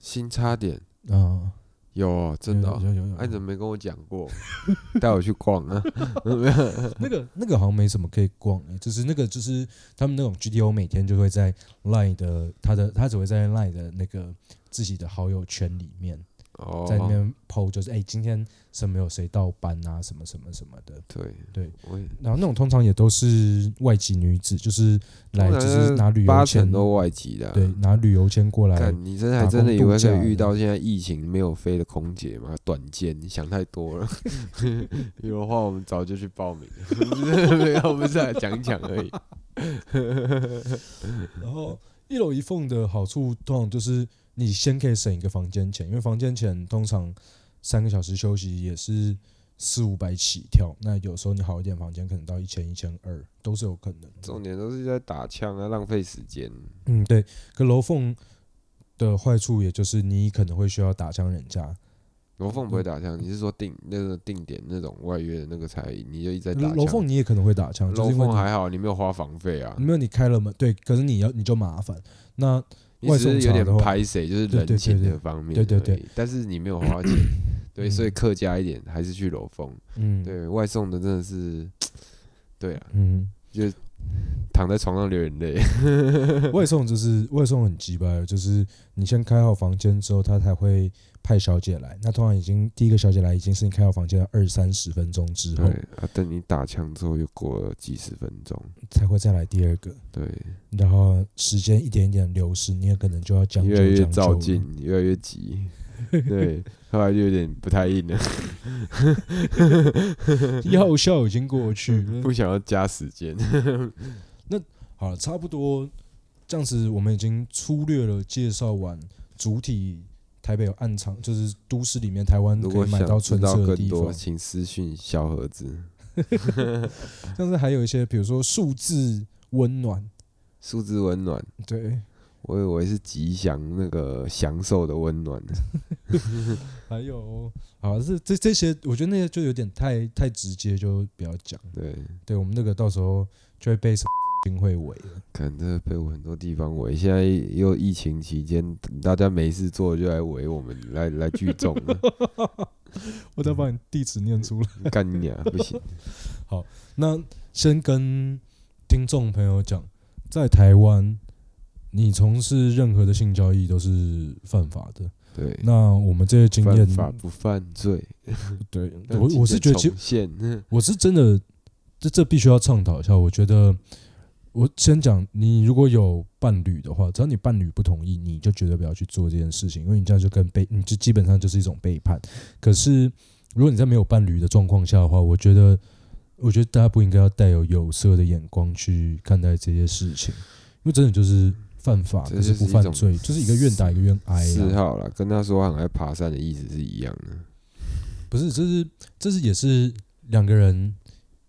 [SPEAKER 1] 新差点
[SPEAKER 2] 啊、呃
[SPEAKER 1] 有哦真的哦，
[SPEAKER 2] 有有有有
[SPEAKER 1] 哎，你怎么没跟我讲过？ [laughs] 带我去逛啊！
[SPEAKER 2] 那个那个好像没什么可以逛、欸，就是那个就是他们那种 GTO 每天就会在 Line 的他的他只会在 Line 的那个自己的好友圈里面
[SPEAKER 1] 哦，
[SPEAKER 2] [laughs] 在那边 PO，就是哎、欸今天什么有谁到班啊，什么什么什么的。
[SPEAKER 1] 对
[SPEAKER 2] 对，
[SPEAKER 1] 我也
[SPEAKER 2] 然后那种通常也都是外籍女子，就是来
[SPEAKER 1] 通
[SPEAKER 2] 就
[SPEAKER 1] 常
[SPEAKER 2] 是拿旅
[SPEAKER 1] 八
[SPEAKER 2] 游
[SPEAKER 1] 成
[SPEAKER 2] 签，
[SPEAKER 1] 都外籍的啊、
[SPEAKER 2] 对，拿旅游签过来。
[SPEAKER 1] 看你真的
[SPEAKER 2] 哎打
[SPEAKER 1] 还真的
[SPEAKER 2] 工
[SPEAKER 1] 以为
[SPEAKER 2] 度
[SPEAKER 1] 可
[SPEAKER 2] 假
[SPEAKER 1] 以遇
[SPEAKER 2] 的
[SPEAKER 1] 到现在疫情没有飞的空姐吗？短见，你想太多了。 [laughs] 有的话，我们早就去报名了， [laughs] 没有，我们是来讲讲而已。
[SPEAKER 2] 然后一楼一凤的好处，通常就是你先可以省一个房间钱，因为房间钱通常三个小时休息也是四五百起跳，那有时候你好一点房间可能到一千一千二都是有可能的。
[SPEAKER 1] 重点都是在打枪啊，浪费时间。
[SPEAKER 2] 嗯，对。可楼凤的坏处也就是你可能会需要打枪人家，
[SPEAKER 1] 罗凤不会打枪，你是说定那个定点那种外约的那个才，你就一直在打
[SPEAKER 2] 楼
[SPEAKER 1] 枪
[SPEAKER 2] 凤。你也可能会打嗯枪，
[SPEAKER 1] 楼
[SPEAKER 2] 就是因为
[SPEAKER 1] 凤
[SPEAKER 2] 你
[SPEAKER 1] 还好，你没有花房费啊，
[SPEAKER 2] 没有你开了门，对，可是你要你就麻烦。那
[SPEAKER 1] 你只
[SPEAKER 2] 外送
[SPEAKER 1] 是
[SPEAKER 2] 茶
[SPEAKER 1] 有点
[SPEAKER 2] 的话
[SPEAKER 1] 拍谁，就是
[SPEAKER 2] 对对
[SPEAKER 1] 人情
[SPEAKER 2] 对
[SPEAKER 1] 的方面，
[SPEAKER 2] 对对对，
[SPEAKER 1] 但是你没有花钱，对，所以客家一点还是去楼凤。
[SPEAKER 2] 嗯，
[SPEAKER 1] 对外送的真的是对啊，
[SPEAKER 2] 嗯，
[SPEAKER 1] 就躺在床上流眼泪。 [laughs]
[SPEAKER 2] [laughs] 外送就是外送很鸡掰，就是你先开好房间之后，他才会派小姐来。那通常已经第一个小姐来已经是你开好房间的二三十分钟之
[SPEAKER 1] 对
[SPEAKER 2] 后，
[SPEAKER 1] 啊，等你打枪之后又过了几十分钟，
[SPEAKER 2] 才会再来第二个，
[SPEAKER 1] 对，
[SPEAKER 2] 然后时间一点一点流逝，你也可能就要将就
[SPEAKER 1] 越来越
[SPEAKER 2] 将
[SPEAKER 1] 照
[SPEAKER 2] 就
[SPEAKER 1] 进
[SPEAKER 2] 了。，
[SPEAKER 1] 越来越急。
[SPEAKER 2] [laughs]
[SPEAKER 1] 对，后来就有点不太硬了， [laughs]
[SPEAKER 2] [laughs] 药效已经过去了，
[SPEAKER 1] 不想要加时间。
[SPEAKER 2] [laughs] 嗯好了，差不多这样子，我们已经粗略了介绍完主体台北有暗藏，就是都市里面台湾
[SPEAKER 1] 如
[SPEAKER 2] 可
[SPEAKER 1] 果
[SPEAKER 2] 以买到
[SPEAKER 1] 想知
[SPEAKER 2] 纯
[SPEAKER 1] 道
[SPEAKER 2] 色的
[SPEAKER 1] 更
[SPEAKER 2] 地方
[SPEAKER 1] 多，，请私讯小盒子。
[SPEAKER 2] 像是还有一些，比如说数字温暖，
[SPEAKER 1] 数字温暖，
[SPEAKER 2] 对，
[SPEAKER 1] 我以为是吉祥那个享受的温暖。
[SPEAKER 2] 还有好是这这些，我觉得那些就有点太太直接，就不要讲。
[SPEAKER 1] 对，
[SPEAKER 2] 对我们那个到时候就会被什么军会围了。
[SPEAKER 1] 可能真的被我很多地方围。现在又疫情期间，大家没事做就来围我们，来来聚众了，
[SPEAKER 2] [laughs] 我再把你地址念出来。
[SPEAKER 1] 干你啊！不
[SPEAKER 2] [laughs]
[SPEAKER 1] 行，
[SPEAKER 2] 那先跟听众朋友讲，在台湾，你从事任何的性交易都是犯法的。
[SPEAKER 1] 对，
[SPEAKER 2] 那我们这些经
[SPEAKER 1] 犯
[SPEAKER 2] 验，
[SPEAKER 1] 法不犯罪？
[SPEAKER 2] 对
[SPEAKER 1] 但
[SPEAKER 2] 我我是觉得，
[SPEAKER 1] 今
[SPEAKER 2] 其
[SPEAKER 1] 天重现
[SPEAKER 2] 我是真的，这这必须要倡导一下。我觉得，我先讲，你如果有伴侣的话，只要你伴侣不同意，你就绝对不要去做这件事情，因为你这样就跟背，你就基本上就是一种背叛。可是，如果你在没有伴侣的状况下的话，我觉得，我觉得大家不应该要带有有色的眼光去看待这些事情，因为真的就是犯法，
[SPEAKER 1] 这
[SPEAKER 2] 可是
[SPEAKER 1] 就是
[SPEAKER 2] 不
[SPEAKER 1] 一
[SPEAKER 2] 犯
[SPEAKER 1] 种
[SPEAKER 2] 罪，就是一个愿打一个愿挨、啊。
[SPEAKER 1] 嗜好啦，跟他说他很爱爬山的意思是一样的。
[SPEAKER 2] 不是，这是这是也是两个人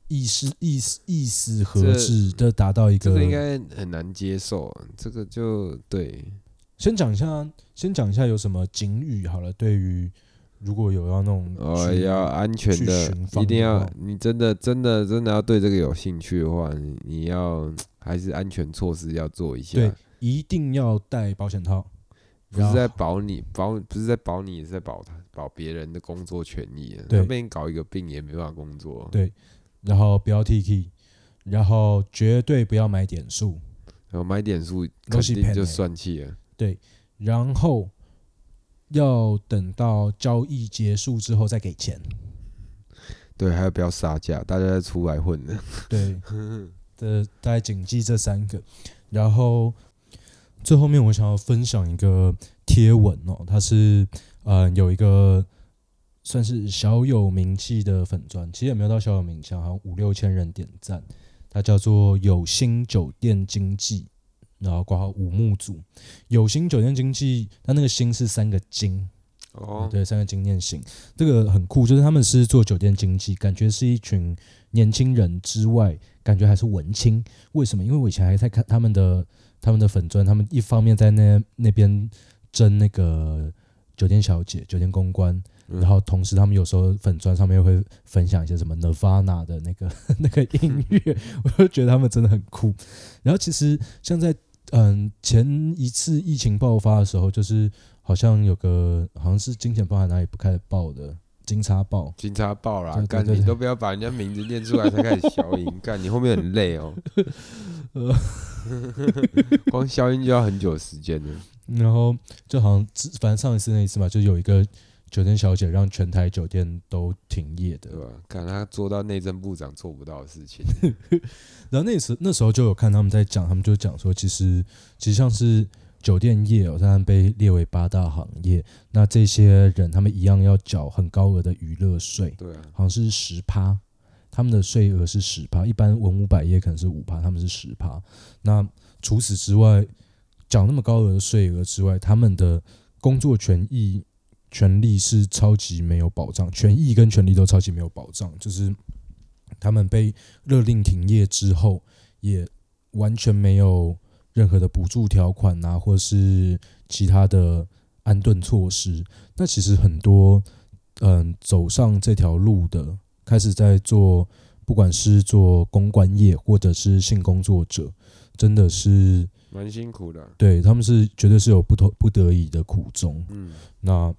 [SPEAKER 2] 意识意识意识合
[SPEAKER 1] 这
[SPEAKER 2] 适的达到一
[SPEAKER 1] 这
[SPEAKER 2] 个。
[SPEAKER 1] 个应该很难接受啊，这个就对，
[SPEAKER 2] 先讲一下，先讲一下有什么警语好了。对于如果有要那种
[SPEAKER 1] 哦，
[SPEAKER 2] 去
[SPEAKER 1] 要安全
[SPEAKER 2] 去
[SPEAKER 1] 的
[SPEAKER 2] 寻，访
[SPEAKER 1] 一定
[SPEAKER 2] 的
[SPEAKER 1] 要
[SPEAKER 2] 话
[SPEAKER 1] 你真的真的真的要对这个有兴趣的话，你你要还是安全措施要做一
[SPEAKER 2] 对
[SPEAKER 1] 下，
[SPEAKER 2] 一定要戴保险套，
[SPEAKER 1] 不
[SPEAKER 2] 然
[SPEAKER 1] 是在
[SPEAKER 2] 后
[SPEAKER 1] 保你保不是在保你，也是在保他保别人的工作权益啊。
[SPEAKER 2] 对
[SPEAKER 1] 他被你搞一个病也没办法工作。啊
[SPEAKER 2] 对然后不要 T K，然后绝对不要买点数，
[SPEAKER 1] 然后买点数
[SPEAKER 2] 都
[SPEAKER 1] 肯
[SPEAKER 2] 是
[SPEAKER 1] 定
[SPEAKER 2] 骗
[SPEAKER 1] 就
[SPEAKER 2] 的
[SPEAKER 1] 算气了。
[SPEAKER 2] 然后要等到交易结束之后再给钱。
[SPEAKER 1] 对，还有不要杀价，大家在出来混
[SPEAKER 2] [laughs]
[SPEAKER 1] 的。
[SPEAKER 2] 对，这大概谨记这三个。然后最后面我想要分享一个贴文哦，它是呃有一个算是小有名气的粉砖，其实也没有到小有名气啊，好像五六千人点赞。它叫做有心酒店经济，然后挂号五木组。有心酒店经济，它那个心是三个金，
[SPEAKER 1] 哦，
[SPEAKER 2] 对，三个经验型，这个很酷，就是他们是做酒店经济，感觉是一群年轻人之外，感觉还是文青。为什么？因为我以前还在看他们的他们的粉砖，他们一方面在那那边争那个酒店小姐、酒店公关，
[SPEAKER 1] 嗯
[SPEAKER 2] 然后同时他们有时候粉砖上面又会分享一些什么 Nirvana 的那个 [laughs] 那个音乐，我就觉得他们真的很酷。然后其实像在嗯前一次疫情爆发的时候，就是好像有个好像是金钱豹还哪里不开始爆的金叉爆，
[SPEAKER 1] 警察报啦
[SPEAKER 2] 对对，
[SPEAKER 1] 干
[SPEAKER 2] 对
[SPEAKER 1] 你
[SPEAKER 2] 对
[SPEAKER 1] 都不要把人家名字念出来才开始消
[SPEAKER 2] [laughs]
[SPEAKER 1] 音，干你后面很累哦。光消音就要很久时间了。
[SPEAKER 2] 然后就好像之反正上一次那一次嘛，就有一个酒店小姐让全台酒店都停业的
[SPEAKER 1] 对，吧？看他做到内政部长做不到的事情，
[SPEAKER 2] 然后那时那时候就有看他们在讲，他们就讲说，其实其实像是酒店业哦，当然被列为八大行业，那这些人他们一样要缴很高额的娱乐税，
[SPEAKER 1] 对啊，
[SPEAKER 2] 好像是十趴，他们的税额是十趴，一般文武百业可能是五趴，他们是十趴。那除此之外，缴那么高额的税额之外，他们的工作权益、权利是超级没有保障，权益跟权利都超级没有保障，就是他们被勒令停业之后，也完全没有任何的补助条款啊，或者是其他的安顿措施。那其实很多嗯走上这条路的，开始在做，不管是做公关业或者是性工作者，真的是
[SPEAKER 1] 蛮辛苦的啊、
[SPEAKER 2] 对他们是绝对是有不同不得已的苦衷。 [coughs]
[SPEAKER 1] 嗯，
[SPEAKER 2] 那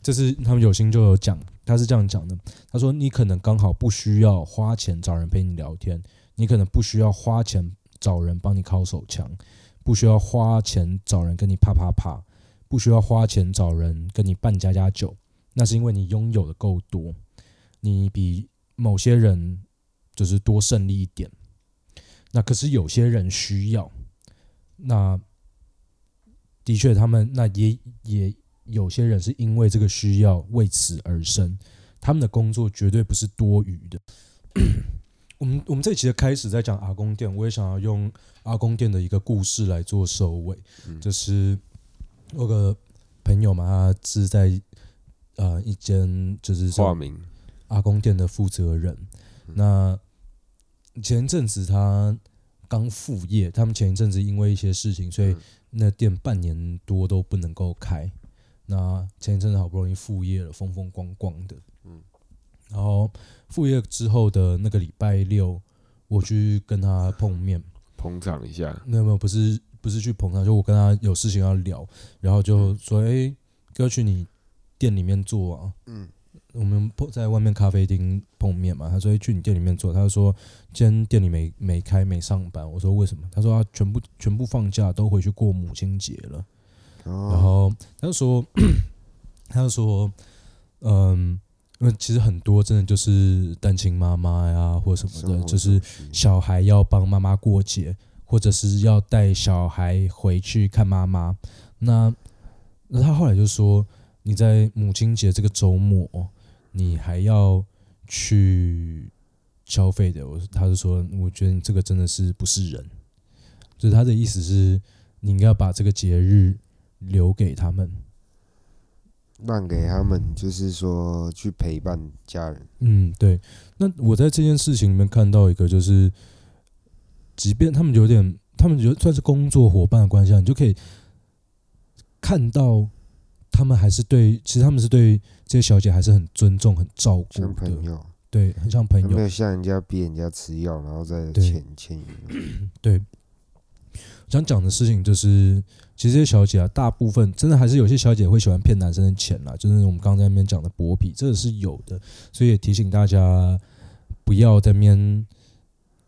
[SPEAKER 2] 这是他们有心就有讲他是这样讲的，他说你可能刚好不需要花钱找人陪你聊天，你可能不需要花钱找人帮你敲手枪，不需要花钱找人跟你啪啪啪，不需要花钱找人跟你办家家酒，那是因为你拥有的够多，你比某些人就是多胜利一点。那可是有些人需要，那的确他们那也也有些人是因为这个需要为此而生，他们的工作绝对不是多余的。 [coughs] 我们我们这一期的开始在讲阿公店，我也想要用阿公店的一个故事来做收尾。
[SPEAKER 1] 嗯
[SPEAKER 2] 就是我有个朋友嘛，他是在呃一间就是这种
[SPEAKER 1] 化名，
[SPEAKER 2] 阿公店的负责人。
[SPEAKER 1] 嗯
[SPEAKER 2] 那前一阵子他刚副业，他们前一阵子因为一些事情，所以
[SPEAKER 1] 嗯
[SPEAKER 2] 那店半年多都不能够开。那前一阵子好不容易副业了，风风光光的。嗯
[SPEAKER 1] 嗯，
[SPEAKER 2] 然后副业之后的那个礼拜六，我去跟他碰面。
[SPEAKER 1] 捧场一下，
[SPEAKER 2] 那没有，不是不是去捧他，就我跟他有事情要聊，然后就说：“哎、哥去你店里面坐啊。”
[SPEAKER 1] 嗯，
[SPEAKER 2] 我们碰在外面咖啡厅碰面嘛，他说诶去你店里面坐，他就说今天店里没没开没上班，我说为什么？他说他全部全部放假都回去过母亲节了，然
[SPEAKER 1] 然
[SPEAKER 2] 后他就说 [clears throat] 他就说嗯，因为其实很多真的就是单亲妈妈呀或什么的，就是小孩要帮妈妈过节，或者是要带小孩回去看妈妈。那那他后来就说，你在母亲节这个周末，你还要去消费的。我他就说，我觉得你这个真的是不是人，就是他的意思是，你应该把这个节日留给他们。
[SPEAKER 1] 让给他们，就是说去陪伴家人，
[SPEAKER 2] 嗯，对。那我在这件事情里面看到一个，就是即便他们有点，他们有算是工作伙伴的关系啊，你就可以看到他们还是对，其实他们是对这些小姐还是很尊重、很照顾
[SPEAKER 1] 像
[SPEAKER 2] 的
[SPEAKER 1] 朋，友，
[SPEAKER 2] 对，很像朋
[SPEAKER 1] 他没
[SPEAKER 2] 友。
[SPEAKER 1] 有像人家逼人家吃药，然后再
[SPEAKER 2] 对
[SPEAKER 1] 钱钱
[SPEAKER 2] 想讲的事情就是，其实这些小姐啊，大部分真的还是有些小姐会喜欢骗男生的钱啦，就是我们刚刚在那边讲的薄皮，这个是有的，所以也提醒大家不要在那边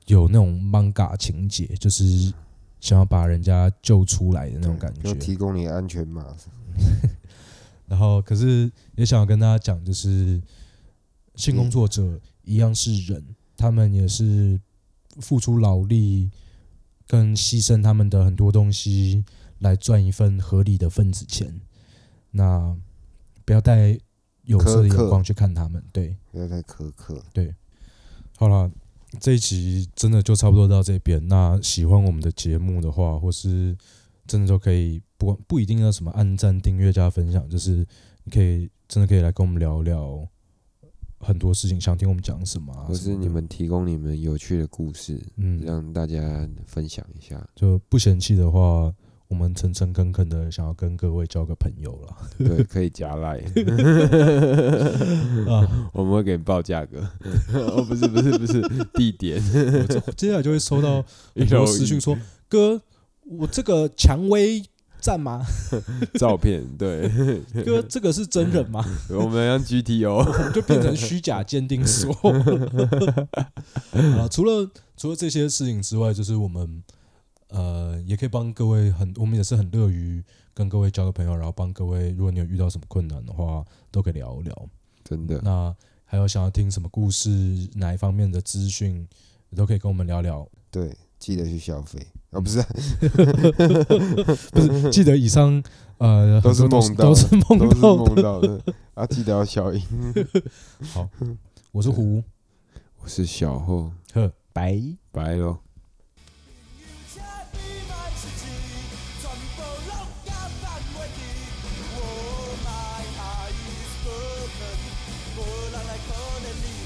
[SPEAKER 2] 有那种 manga 情节，就是想要把人家救出来的那种感
[SPEAKER 1] 要
[SPEAKER 2] 觉。
[SPEAKER 1] 提供你安全码，
[SPEAKER 2] 然后，可是也想要跟大家讲，就是性工作者一样是人，他们也是付出劳力跟牺牲他们的很多东西来赚一份合理的份子钱。那不要带有色
[SPEAKER 1] 苛
[SPEAKER 2] 的
[SPEAKER 1] 刻
[SPEAKER 2] 眼光去看他们。对，
[SPEAKER 1] 不要太苛刻。
[SPEAKER 2] 好了，这一集真的就差不多到这边。那喜欢我们的节目的话，或是真的都可以不不一定要什么按赞、订阅、加分享，就是你可以真的可以来跟我们聊聊很多事情，想听我们讲什么、啊，
[SPEAKER 1] 或哦是
[SPEAKER 2] 什么的
[SPEAKER 1] 你们提供你们有趣的故事，
[SPEAKER 2] 嗯，
[SPEAKER 1] 让大家分享一 [laughs] 下。
[SPEAKER 2] 就不嫌弃的话，我们诚诚恳恳的想要跟各位交个朋友
[SPEAKER 1] [laughs]
[SPEAKER 2] 了
[SPEAKER 1] 对，可以加 [laughs] 赖，
[SPEAKER 2] 啊！
[SPEAKER 1] 我们会给你报价格。 [laughs] 哦，不是不是不是，地点。
[SPEAKER 2] 我这接下来就会收到很
[SPEAKER 1] [laughs] 有
[SPEAKER 2] 多私讯说，哥，我这个蔷薇赞吗？
[SPEAKER 1] [laughs] 照片，对，
[SPEAKER 2] 哥，这个是真人吗？
[SPEAKER 1] [laughs] 我们要 GTO，
[SPEAKER 2] 我们就变成虚假鉴定所。 [laughs] 啊，除了除了这些事情之外，就是我们呃也可以帮各位很，我们也是很乐于跟各位交个朋友，然后帮各位，如果你有遇到什么困难的话，都可以聊一聊。
[SPEAKER 1] 真的，
[SPEAKER 2] 那还有想要听什么故事，哪一方面的资讯，也都可以跟我们聊聊。
[SPEAKER 1] 对，记得去消费。哦，不是，
[SPEAKER 2] 不是，记得以上呃
[SPEAKER 1] 都是
[SPEAKER 2] 很多
[SPEAKER 1] 梦到
[SPEAKER 2] 都是梦
[SPEAKER 1] 都是
[SPEAKER 2] 到的。
[SPEAKER 1] 梦到的啊，记得要消音。
[SPEAKER 2] 我是胡，
[SPEAKER 1] 我是小后，
[SPEAKER 2] 呵，拜。
[SPEAKER 1] 拜喽。
[SPEAKER 3] 要这美万千字，全部落也放袂记。Oh my eyes，无可能，无人来可怜你。